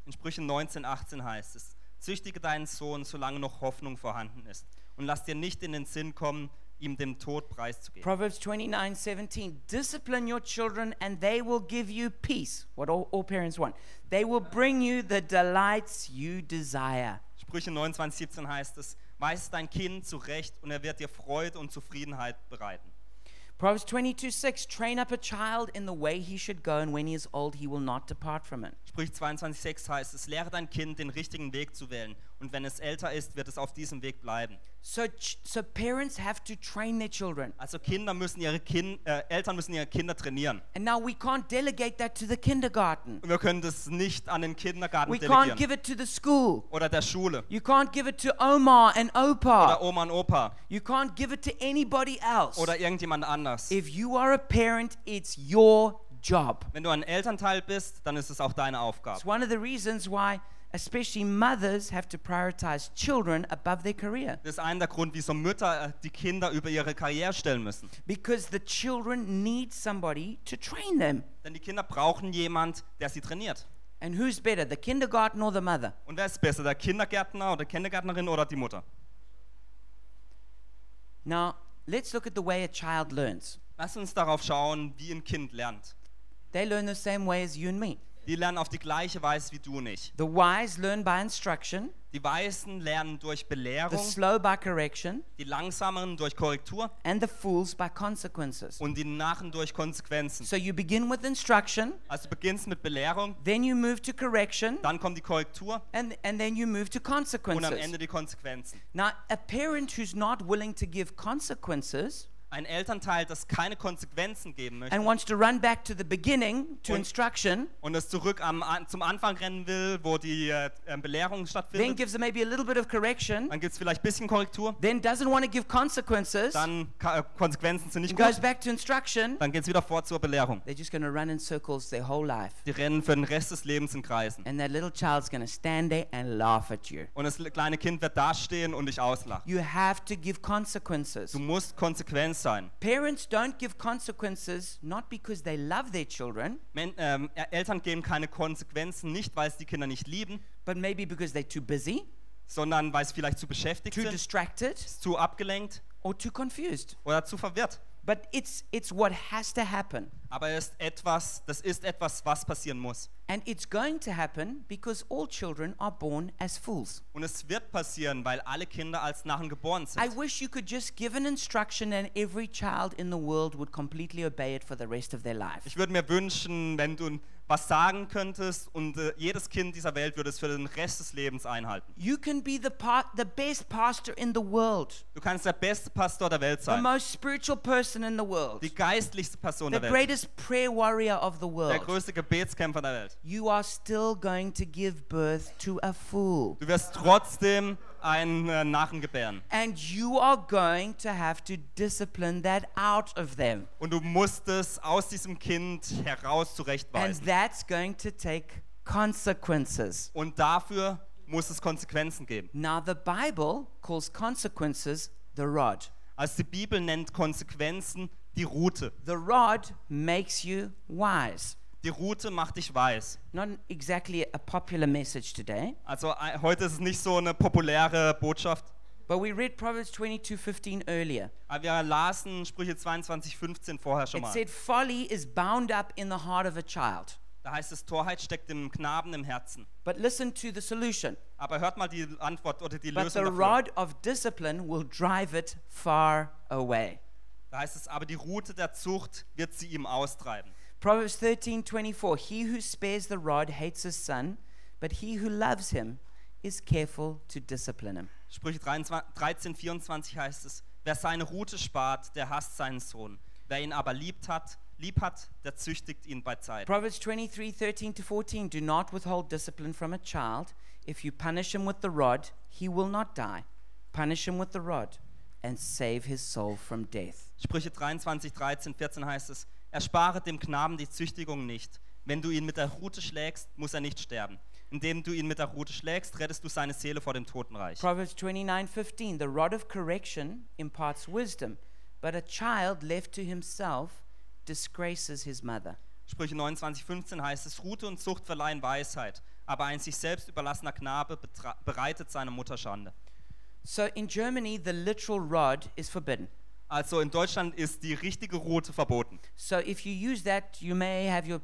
[SPEAKER 2] In Sprüche 19, 18 heißt es, züchtige deinen Sohn, solange noch Hoffnung vorhanden ist. Und lass dir nicht in den Sinn kommen, ihm dem Tod preiszugeben.
[SPEAKER 1] Proverbs 29 17. Discipline your children, and they will give you peace. What all, all parents want. They will bring you the delights you desire.
[SPEAKER 2] Sprüche 29, 17 heißt es, weis dein Kind zurecht und er wird dir Freude und Zufriedenheit bereiten.
[SPEAKER 1] Proverbs 22 6. Train up a child in the way he should go, and when he is old, he will not depart from it.
[SPEAKER 2] Sprüche 22, 6 heißt es, lehre dein Kind, den richtigen Weg zu wählen. Und wenn es älter ist, wird es auf diesem Weg bleiben.
[SPEAKER 1] So, ch- so parents have to train their children.
[SPEAKER 2] Also Kinder müssen ihre kind, äh, Eltern müssen ihre Kinder trainieren.
[SPEAKER 1] And now we can't delegate that to the kindergarten.
[SPEAKER 2] Und wir können das nicht an den Kindergarten
[SPEAKER 1] We can't
[SPEAKER 2] delegieren.
[SPEAKER 1] give it to the school.
[SPEAKER 2] Oder der Schule.
[SPEAKER 1] You can't give it to Omar and Opa.
[SPEAKER 2] Oder Oma und Opa.
[SPEAKER 1] You can't give it to anybody else.
[SPEAKER 2] Oder irgendjemand anders.
[SPEAKER 1] If you are a parent, it's your job.
[SPEAKER 2] Wenn du ein Elternteil bist, dann ist es auch deine Aufgabe.
[SPEAKER 1] It's one of the reasons why, especially mothers, have to prioritize children above their career
[SPEAKER 2] Das ist einer der Grund, wieso Mütter äh, die Kinder über ihre Karriere stellen müssen.
[SPEAKER 1] because the children need somebody to train them.
[SPEAKER 2] Denn die Kinder brauchen jemand, der sie trainiert.
[SPEAKER 1] And who's better, the kindergarten or the mother?
[SPEAKER 2] Und wer ist besser, der Kindergärtner oder Kindergärtnerin oder die Mutter?
[SPEAKER 1] Now, let's look at the way a child learns.
[SPEAKER 2] Lass uns darauf schauen, wie ein Kind lernt.
[SPEAKER 1] They learn the same way as you and me.
[SPEAKER 2] Die lernen auf die gleiche Weise wie du nicht.
[SPEAKER 1] The wise learn by instruction,
[SPEAKER 2] Die Weißen lernen durch
[SPEAKER 1] the
[SPEAKER 2] Belehrung,
[SPEAKER 1] slow by correction,
[SPEAKER 2] die Langsameren durch Korrektur
[SPEAKER 1] and the fools by consequences.
[SPEAKER 2] und die Narren durch Konsequenzen.
[SPEAKER 1] So you begin with instruction,
[SPEAKER 2] Also du beginnst mit Belehrung,
[SPEAKER 1] then you move to correction,
[SPEAKER 2] dann kommt die Korrektur
[SPEAKER 1] and, and then you move to
[SPEAKER 2] und am
[SPEAKER 1] consequences.
[SPEAKER 2] Ende die Konsequenzen.
[SPEAKER 1] Now, a parent who's not willing to give consequences
[SPEAKER 2] Ein Elternteil, das keine Konsequenzen geben möchte,
[SPEAKER 1] and wants to run back to the beginning, to
[SPEAKER 2] Und-
[SPEAKER 1] instruction,
[SPEAKER 2] und es zurück am, an, zum Anfang rennen will, wo die äh, ähm, Belehrung
[SPEAKER 1] then
[SPEAKER 2] stattfindet,
[SPEAKER 1] gives them maybe a little bit of correction,
[SPEAKER 2] dann gibt es vielleicht ein bisschen Korrektur,
[SPEAKER 1] then doesn't want to give consequences,
[SPEAKER 2] dann ka- äh, Konsequenzen sind nicht
[SPEAKER 1] and goes
[SPEAKER 2] gut,
[SPEAKER 1] back to instruction,
[SPEAKER 2] dann geht es wieder vor zur Belehrung.
[SPEAKER 1] they're just going to run in circles their whole life.
[SPEAKER 2] Die rennen für den Rest des Lebens in Kreisen.
[SPEAKER 1] And that little child's going to stand there and laugh at you.
[SPEAKER 2] Und das kleine Kind wird dastehen und dich auslachen.
[SPEAKER 1] You have to give consequences.
[SPEAKER 2] Du musst konsequent sein.
[SPEAKER 1] Parents don't give consequences not because they love their children,
[SPEAKER 2] Men, ähm, Ä- Eltern geben keine Konsequenzen, nicht weil sie die Kinder nicht lieben,
[SPEAKER 1] but maybe because they're too busy,
[SPEAKER 2] sondern weil sie vielleicht zu beschäftigt
[SPEAKER 1] too
[SPEAKER 2] sind,
[SPEAKER 1] distracted,
[SPEAKER 2] zu abgelenkt
[SPEAKER 1] or too confused.
[SPEAKER 2] oder zu verwirrt.
[SPEAKER 1] But it's it's what has to happen.
[SPEAKER 2] Aber es ist etwas, das ist etwas, was passieren muss.
[SPEAKER 1] And it's going to happen because all children are born as fools.
[SPEAKER 2] Und es wird passieren, weil alle Kinder als Narren geboren
[SPEAKER 1] I
[SPEAKER 2] sind.
[SPEAKER 1] wish you could just give an instruction and every child in the world would completely obey it for the rest of their life.
[SPEAKER 2] Ich würde mir wünschen, wenn du was sagen könntest und äh, jedes Kind dieser Welt würde es für den Rest des Lebens einhalten.
[SPEAKER 1] You can be the pa- the best pastor in the world,
[SPEAKER 2] Du kannst der beste Pastor der Welt
[SPEAKER 1] the
[SPEAKER 2] sein,
[SPEAKER 1] most spiritual person in the world,
[SPEAKER 2] die geistlichste Person
[SPEAKER 1] the
[SPEAKER 2] der Welt,
[SPEAKER 1] greatest prayer warrior of the
[SPEAKER 2] der
[SPEAKER 1] world.
[SPEAKER 2] größte Gebetskämpfer der Welt.
[SPEAKER 1] You are still going to give birth to a fool.
[SPEAKER 2] Du wirst trotzdem einen äh, Narren gebären.
[SPEAKER 1] And you are going to have to discipline that out of them.
[SPEAKER 2] Und du musst es aus diesem Kind heraus
[SPEAKER 1] And
[SPEAKER 2] zurechtweisen.
[SPEAKER 1] that's going to take consequences.
[SPEAKER 2] Und dafür muss es Konsequenzen geben.
[SPEAKER 1] Now, the Bible calls consequences the rod.
[SPEAKER 2] Also die Bibel nennt Konsequenzen die Route.
[SPEAKER 1] The rod makes you wise.
[SPEAKER 2] Die Route macht dich weiß.
[SPEAKER 1] Not exactly a popular message today,
[SPEAKER 2] Also äh, heute ist es nicht so eine populäre Botschaft.
[SPEAKER 1] but we read Proverbs 22:15 earlier.
[SPEAKER 2] Aber wir lasen Sprüche 22, 15 vorher schon
[SPEAKER 1] It
[SPEAKER 2] mal.
[SPEAKER 1] said, Folly is bound up in the heart of a child.
[SPEAKER 2] Da heißt es, Torheit steckt dem Knaben im Herzen.
[SPEAKER 1] But listen to the solution.
[SPEAKER 2] Aber hört mal die Antwort oder die
[SPEAKER 1] But
[SPEAKER 2] Lösung
[SPEAKER 1] the
[SPEAKER 2] dafür.
[SPEAKER 1] rod of discipline will drive it far away.
[SPEAKER 2] Da heißt es, aber die Route der Zucht wird sie ihm austreiben.
[SPEAKER 1] Proverbs 13 24. He who spares the rod hates his son, but he who loves him is careful to discipline him.
[SPEAKER 2] Sprüche 23, 13, 24 heißt es, wer seine Route spart, der hasst seinen Sohn. Wer ihn aber liebt hat, lieb hat, der züchtigt ihn bei Zeit.
[SPEAKER 1] Proverbs 23 13 to 14. Do not withhold discipline from a child. If you punish him with the rod, he will not die. Punish him with the rod, and save his soul from death.
[SPEAKER 2] Sprüche 23, 13, 14 heißt es, erspare dem Knaben die Züchtigung nicht. Wenn du ihn mit der Rute schlägst, muss er nicht sterben. Indem du ihn mit der Rute schlägst, rettest du seine Seele vor dem Totenreich.
[SPEAKER 1] Proverbs 29:15 The rod of correction imparts wisdom, but a child left to himself disgraces his mother.
[SPEAKER 2] Sprüche 29, 15 heißt es, Rute und Zucht verleihen Weisheit, aber ein sich selbst überlassener Knabe betra- bereitet seine Mutter Schande.
[SPEAKER 1] So in Germany the literal rod is forbidden.
[SPEAKER 2] Also in Deutschland ist die richtige Rute verboten.
[SPEAKER 1] So if you use that, you may have your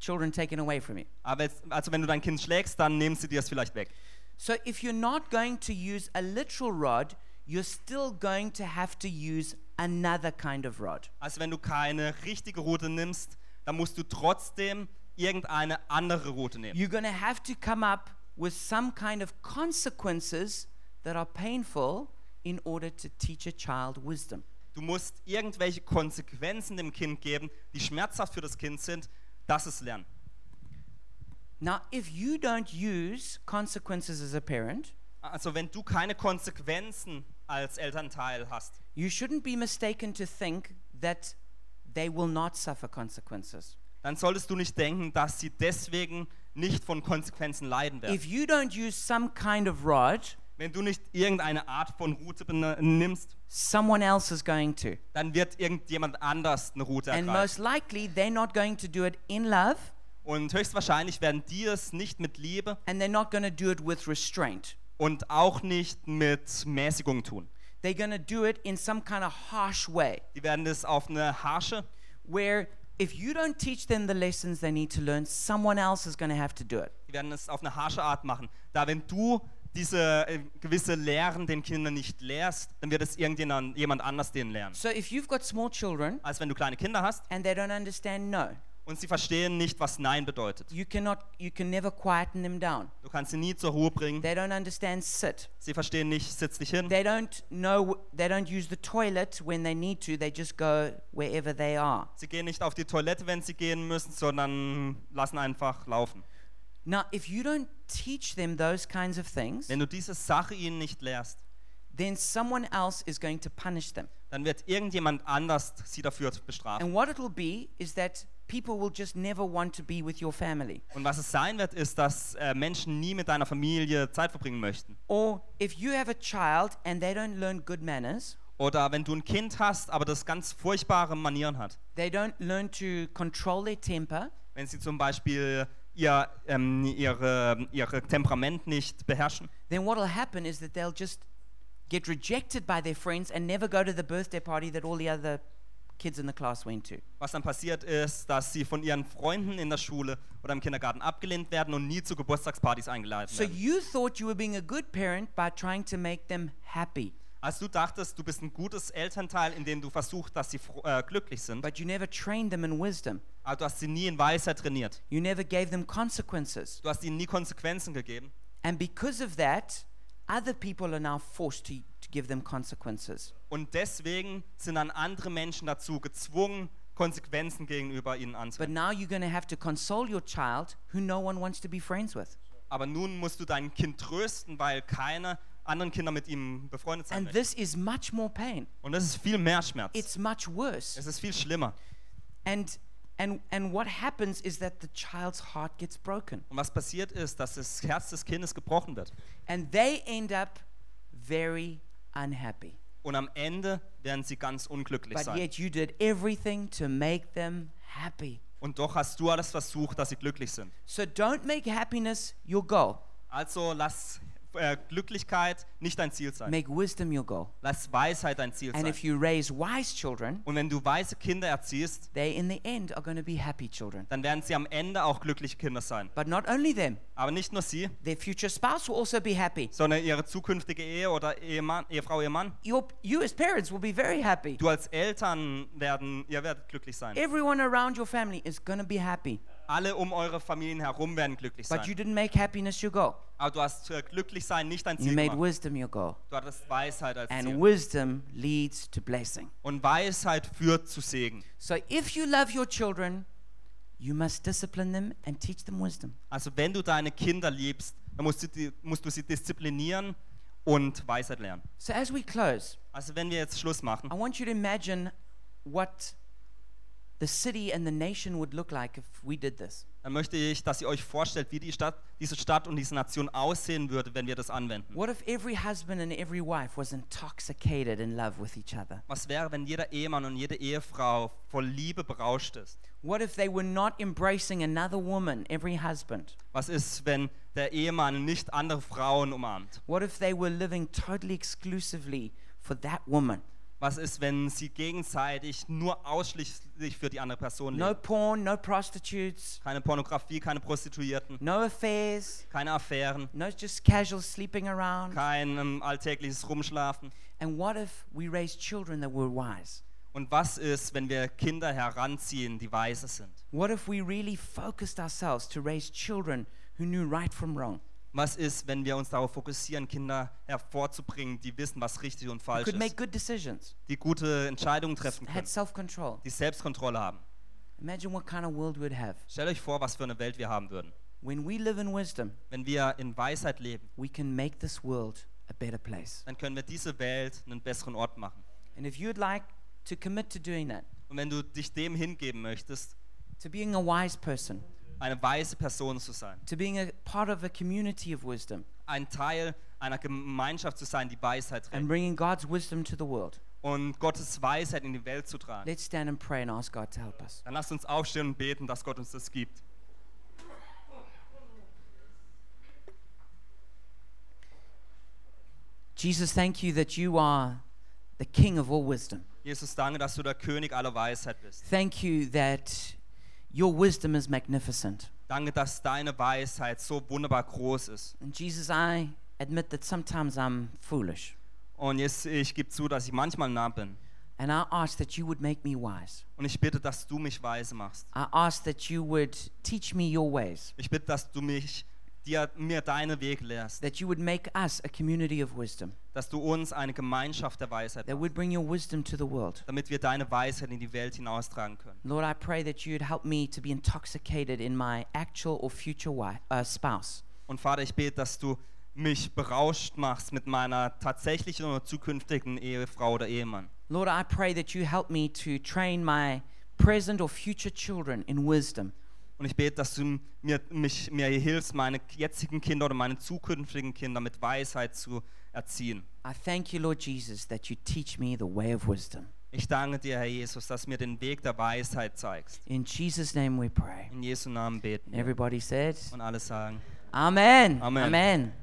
[SPEAKER 1] children taken away from you.
[SPEAKER 2] Aber jetzt, also wenn du dein Kind schlägst, dann nehmen sie dir es vielleicht weg.
[SPEAKER 1] So if you're not going to use a literal rod, you're still going to have to use another kind of rod.
[SPEAKER 2] Also wenn du keine richtige Rute nimmst, dann musst du trotzdem irgendeine andere Rute nehmen.
[SPEAKER 1] You're going to have to come up with some kind of consequences that are painful in order to teach a child wisdom.
[SPEAKER 2] Du musst irgendwelche Konsequenzen dem Kind geben, die schmerzhaft für das Kind sind, dass es lernt.
[SPEAKER 1] Now, if you don't use consequences as a parent,
[SPEAKER 2] Also wenn du keine Konsequenzen als Elternteil hast,
[SPEAKER 1] you shouldn't be mistaken to think that they will not suffer consequences.
[SPEAKER 2] dann solltest du nicht denken, dass sie deswegen nicht von Konsequenzen leiden werden.
[SPEAKER 1] If you don't use some kind of rod,
[SPEAKER 2] Wenn du nicht irgendeine Art von Route nimmst,
[SPEAKER 1] someone else is going to.
[SPEAKER 2] dann wird irgendjemand anders eine Route
[SPEAKER 1] And
[SPEAKER 2] ergreifen.
[SPEAKER 1] most likely, they're not going to do it in love
[SPEAKER 2] Und höchstwahrscheinlich werden die es nicht mit Liebe
[SPEAKER 1] and they're not going to do it with restraint.
[SPEAKER 2] und auch nicht mit Mäßigung tun.
[SPEAKER 1] They're going to do it in some kind of harsh way
[SPEAKER 2] Die werden das auf eine harsche
[SPEAKER 1] where if you don't teach them the lessons they need to learn, someone else is going to have to do it.
[SPEAKER 2] Die werden es auf eine harsche Art machen. Da wenn du diese äh, gewisse Lehren den Kindern nicht lehrst, dann wird es irgendjemand jemand anders denen lernen.
[SPEAKER 1] So if you've got small children
[SPEAKER 2] Als wenn du kleine Kinder hast
[SPEAKER 1] and they don't understand no,
[SPEAKER 2] und sie verstehen nicht, was Nein bedeutet.
[SPEAKER 1] you cannot you can never quieten them down.
[SPEAKER 2] Du kannst sie nie zur Ruhe bringen.
[SPEAKER 1] They don't understand sit.
[SPEAKER 2] Sie verstehen nicht, sitz dich hin.
[SPEAKER 1] They don't know they don't use the toilet when they need to. They just go wherever they are.
[SPEAKER 2] Sie gehen nicht auf die Toilette, wenn sie gehen müssen, sondern lassen einfach laufen.
[SPEAKER 1] Now, if you don't teach them those kinds of things,
[SPEAKER 2] Wenn du diese Sache ihnen nicht lehrst,
[SPEAKER 1] then someone else is going to punish them.
[SPEAKER 2] dann wird irgendjemand anders sie dafür bestrafen.
[SPEAKER 1] And what it'll be is that people will just never want to be with your family.
[SPEAKER 2] Und was es sein wird, ist, dass äh, Menschen nie mit deiner Familie Zeit verbringen möchten.
[SPEAKER 1] Or if you have a child and they don't learn good manners,
[SPEAKER 2] Oder wenn du ein Kind hast, aber das ganz furchtbare Manieren hat.
[SPEAKER 1] they don't learn to control their temper,
[SPEAKER 2] Wenn sie zum Beispiel ihr ähm, ihre, ihre Temperament nicht beherrschen,
[SPEAKER 1] then what'll happen is that they'll just get rejected by their friends and never go to the birthday party that all the other kids in the class went to.
[SPEAKER 2] was dann passiert ist, dass sie von ihren Freunden in der Schule oder im Kindergarten abgelehnt werden und nie zu Geburtstagspartys eingeladen
[SPEAKER 1] So
[SPEAKER 2] werden.
[SPEAKER 1] you thought you were being a good parent by trying to make them happy,
[SPEAKER 2] Als du dachtest, du bist ein gutes Elternteil, in dem du versuchst, dass sie fro- äh, glücklich sind,
[SPEAKER 1] but you never trained them in wisdom.
[SPEAKER 2] aber du hast sie nie in Weisheit trainiert.
[SPEAKER 1] You never gave them consequences.
[SPEAKER 2] Du hast ihnen nie Konsequenzen gegeben.
[SPEAKER 1] And because of that, other people are now forced to, to give them consequences.
[SPEAKER 2] Und deswegen sind dann andere Menschen dazu gezwungen, Konsequenzen gegenüber ihnen anzunehmen.
[SPEAKER 1] But now you're going to have to console your child who no one wants to be friends with.
[SPEAKER 2] Aber nun musst du dein Kind trösten, weil keine anderen Kinder mit ihm befreundet sein
[SPEAKER 1] And
[SPEAKER 2] möchten.
[SPEAKER 1] this is much more pain.
[SPEAKER 2] Und das ist viel mehr Schmerz.
[SPEAKER 1] It's much worse.
[SPEAKER 2] es ist viel schlimmer.
[SPEAKER 1] And and and what happens is that the child's heart gets broken
[SPEAKER 2] Und was passiert ist, dass das Herz des Kindes gebrochen wird.
[SPEAKER 1] and they end up very unhappy.
[SPEAKER 2] Und am Ende werden sie ganz unglücklich
[SPEAKER 1] But
[SPEAKER 2] sein.
[SPEAKER 1] yet you did everything to make them happy.
[SPEAKER 2] Und doch hast du alles versucht, dass sie glücklich sind.
[SPEAKER 1] So don't make happiness your goal.
[SPEAKER 2] Also lass äh, Glücklichkeit nicht dein Ziel sein.
[SPEAKER 1] Make wisdom your goal.
[SPEAKER 2] Lass Weisheit dein Ziel
[SPEAKER 1] And
[SPEAKER 2] sein.
[SPEAKER 1] if you raise wise children,
[SPEAKER 2] Und wenn du weise Kinder erziehst,
[SPEAKER 1] they in the end are going to be happy children.
[SPEAKER 2] dann werden sie am Ende auch glückliche Kinder sein.
[SPEAKER 1] But not only them,
[SPEAKER 2] Aber nicht nur sie,
[SPEAKER 1] their future spouse will also be happy.
[SPEAKER 2] sondern ihre zukünftige Ehe oder Ehemann, Ehefrau, Ehemann.
[SPEAKER 1] Your, you as parents will be very happy.
[SPEAKER 2] Du als Eltern werden, ihr werdet glücklich sein.
[SPEAKER 1] Everyone around your family is going to be happy.
[SPEAKER 2] Alle um eure Familien herum werden glücklich
[SPEAKER 1] But you
[SPEAKER 2] sein.
[SPEAKER 1] didn't make happiness your goal.
[SPEAKER 2] Aber du hast äh, glücklich sein nicht dein
[SPEAKER 1] You
[SPEAKER 2] Ziel
[SPEAKER 1] made
[SPEAKER 2] gemacht.
[SPEAKER 1] wisdom your goal.
[SPEAKER 2] Du hattest Weisheit als
[SPEAKER 1] And
[SPEAKER 2] Ziel.
[SPEAKER 1] wisdom leads to blessing.
[SPEAKER 2] Und Weisheit führt zu Segen.
[SPEAKER 1] So if you love your children, you must discipline them and teach them wisdom.
[SPEAKER 2] Also wenn du deine Kinder liebst, dann musst du, die, musst du sie disziplinieren und Weisheit lernen.
[SPEAKER 1] So, as we close,
[SPEAKER 2] Also wenn wir jetzt Schluss machen,
[SPEAKER 1] I want you to imagine what the city and the nation would look like if we did this.
[SPEAKER 2] dann möchte ich, dass ihr euch vorstellt, wie die Stadt, diese Stadt und diese Nation aussehen würde, wenn wir das anwenden.
[SPEAKER 1] What if every husband and every wife was intoxicated in love with each other?
[SPEAKER 2] Was wäre, wenn jeder Ehemann und jede Ehefrau voll Liebe berauscht ist?
[SPEAKER 1] What if they were not embracing another woman, every husband?
[SPEAKER 2] Was ist, wenn der Ehemann nicht andere Frauen umarmt?
[SPEAKER 1] What if they were living totally exclusively for that woman?
[SPEAKER 2] Was ist, wenn sie gegenseitig nur ausschließlich für die andere Person
[SPEAKER 1] No
[SPEAKER 2] leben?
[SPEAKER 1] porn, no prostitutes,
[SPEAKER 2] Keine Pornografie, keine Prostituierten,
[SPEAKER 1] no affairs,
[SPEAKER 2] keine Affären,
[SPEAKER 1] no just casual sleeping around.
[SPEAKER 2] kein ähm, alltägliches Rumschlafen.
[SPEAKER 1] And what if we raised children that were wise?
[SPEAKER 2] Und was ist, wenn wir Kinder heranziehen, die weise sind?
[SPEAKER 1] What if we really focused ourselves to raise children who knew right from wrong?
[SPEAKER 2] Was ist, wenn wir uns darauf fokussieren, Kinder hervorzubringen, die wissen, was richtig und
[SPEAKER 1] Who
[SPEAKER 2] falsch
[SPEAKER 1] could make
[SPEAKER 2] ist,
[SPEAKER 1] good decisions,
[SPEAKER 2] die gute Entscheidungen treffen
[SPEAKER 1] had
[SPEAKER 2] können,
[SPEAKER 1] self control?
[SPEAKER 2] die Selbstkontrolle haben?
[SPEAKER 1] Imagine what kind of world we'd have.
[SPEAKER 2] Stellt euch vor, was für eine Welt wir haben würden.
[SPEAKER 1] When we live in wisdom,
[SPEAKER 2] Wenn wir in Weisheit leben,
[SPEAKER 1] we can make this world a better place.
[SPEAKER 2] dann können wir diese Welt einen besseren Ort machen.
[SPEAKER 1] And if you'd like to commit to doing that,
[SPEAKER 2] Und wenn du dich dem hingeben möchtest,
[SPEAKER 1] to being a wise person,
[SPEAKER 2] eine weise Person zu sein,
[SPEAKER 1] to being a part of a community of wisdom,
[SPEAKER 2] ein Teil einer Gemeinschaft zu sein, die Weisheit
[SPEAKER 1] and
[SPEAKER 2] trägt
[SPEAKER 1] bringing God's wisdom to the world,
[SPEAKER 2] und Gottes Weisheit in die Welt zu tragen,
[SPEAKER 1] let's stand and pray and ask God to help us.
[SPEAKER 2] dann lasst uns aufstehen und beten, dass Gott uns das gibt.
[SPEAKER 1] Jesus, thank you that you are the King of all wisdom.
[SPEAKER 2] Jesus, danke, dass du der König aller Weisheit bist.
[SPEAKER 1] Thank you that your wisdom is magnificent.
[SPEAKER 2] Danke, dass deine Weisheit so wunderbar groß ist.
[SPEAKER 1] And Jesus, I admit that sometimes I'm foolish.
[SPEAKER 2] Und jetzt, ich gebe zu, dass ich manchmal nah bin.
[SPEAKER 1] And I ask that you would make me wise.
[SPEAKER 2] Und ich bitte, dass du mich weise machst.
[SPEAKER 1] I ask that you would teach me your ways,
[SPEAKER 2] Ich bitte, dass du mich, dir, mir deine Wege lehrst.
[SPEAKER 1] that you would make us a community of wisdom,
[SPEAKER 2] Dass du uns eine Gemeinschaft der Weisheit
[SPEAKER 1] that
[SPEAKER 2] machst,
[SPEAKER 1] would bring your wisdom to the world.
[SPEAKER 2] damit wir deine Weisheit in die Welt hinaustragen können.
[SPEAKER 1] Lord, I pray that you'd help me to be intoxicated in my actual or future wife, uh, spouse,
[SPEAKER 2] Und Vater, ich bete, dass du mich berauscht machst mit meiner tatsächlichen oder zukünftigen Ehefrau oder Ehemann.
[SPEAKER 1] Lord, I pray that you help me to train my present or future children in wisdom,
[SPEAKER 2] Und ich bete, dass du mir, mich, mir hilfst, meine jetzigen Kinder oder meine zukünftigen Kinder mit Weisheit zu erziehen.
[SPEAKER 1] I thank you, Lord Jesus, that you teach me the way of wisdom.
[SPEAKER 2] Ich danke dir, Herr Jesus, dass du mir den Weg der Weisheit zeigst.
[SPEAKER 1] In Jesus' name we pray.
[SPEAKER 2] In Jesu Namen beten. wir.
[SPEAKER 1] Everybody said,
[SPEAKER 2] Und alle sagen.
[SPEAKER 1] Amen.
[SPEAKER 2] Amen.
[SPEAKER 1] Amen.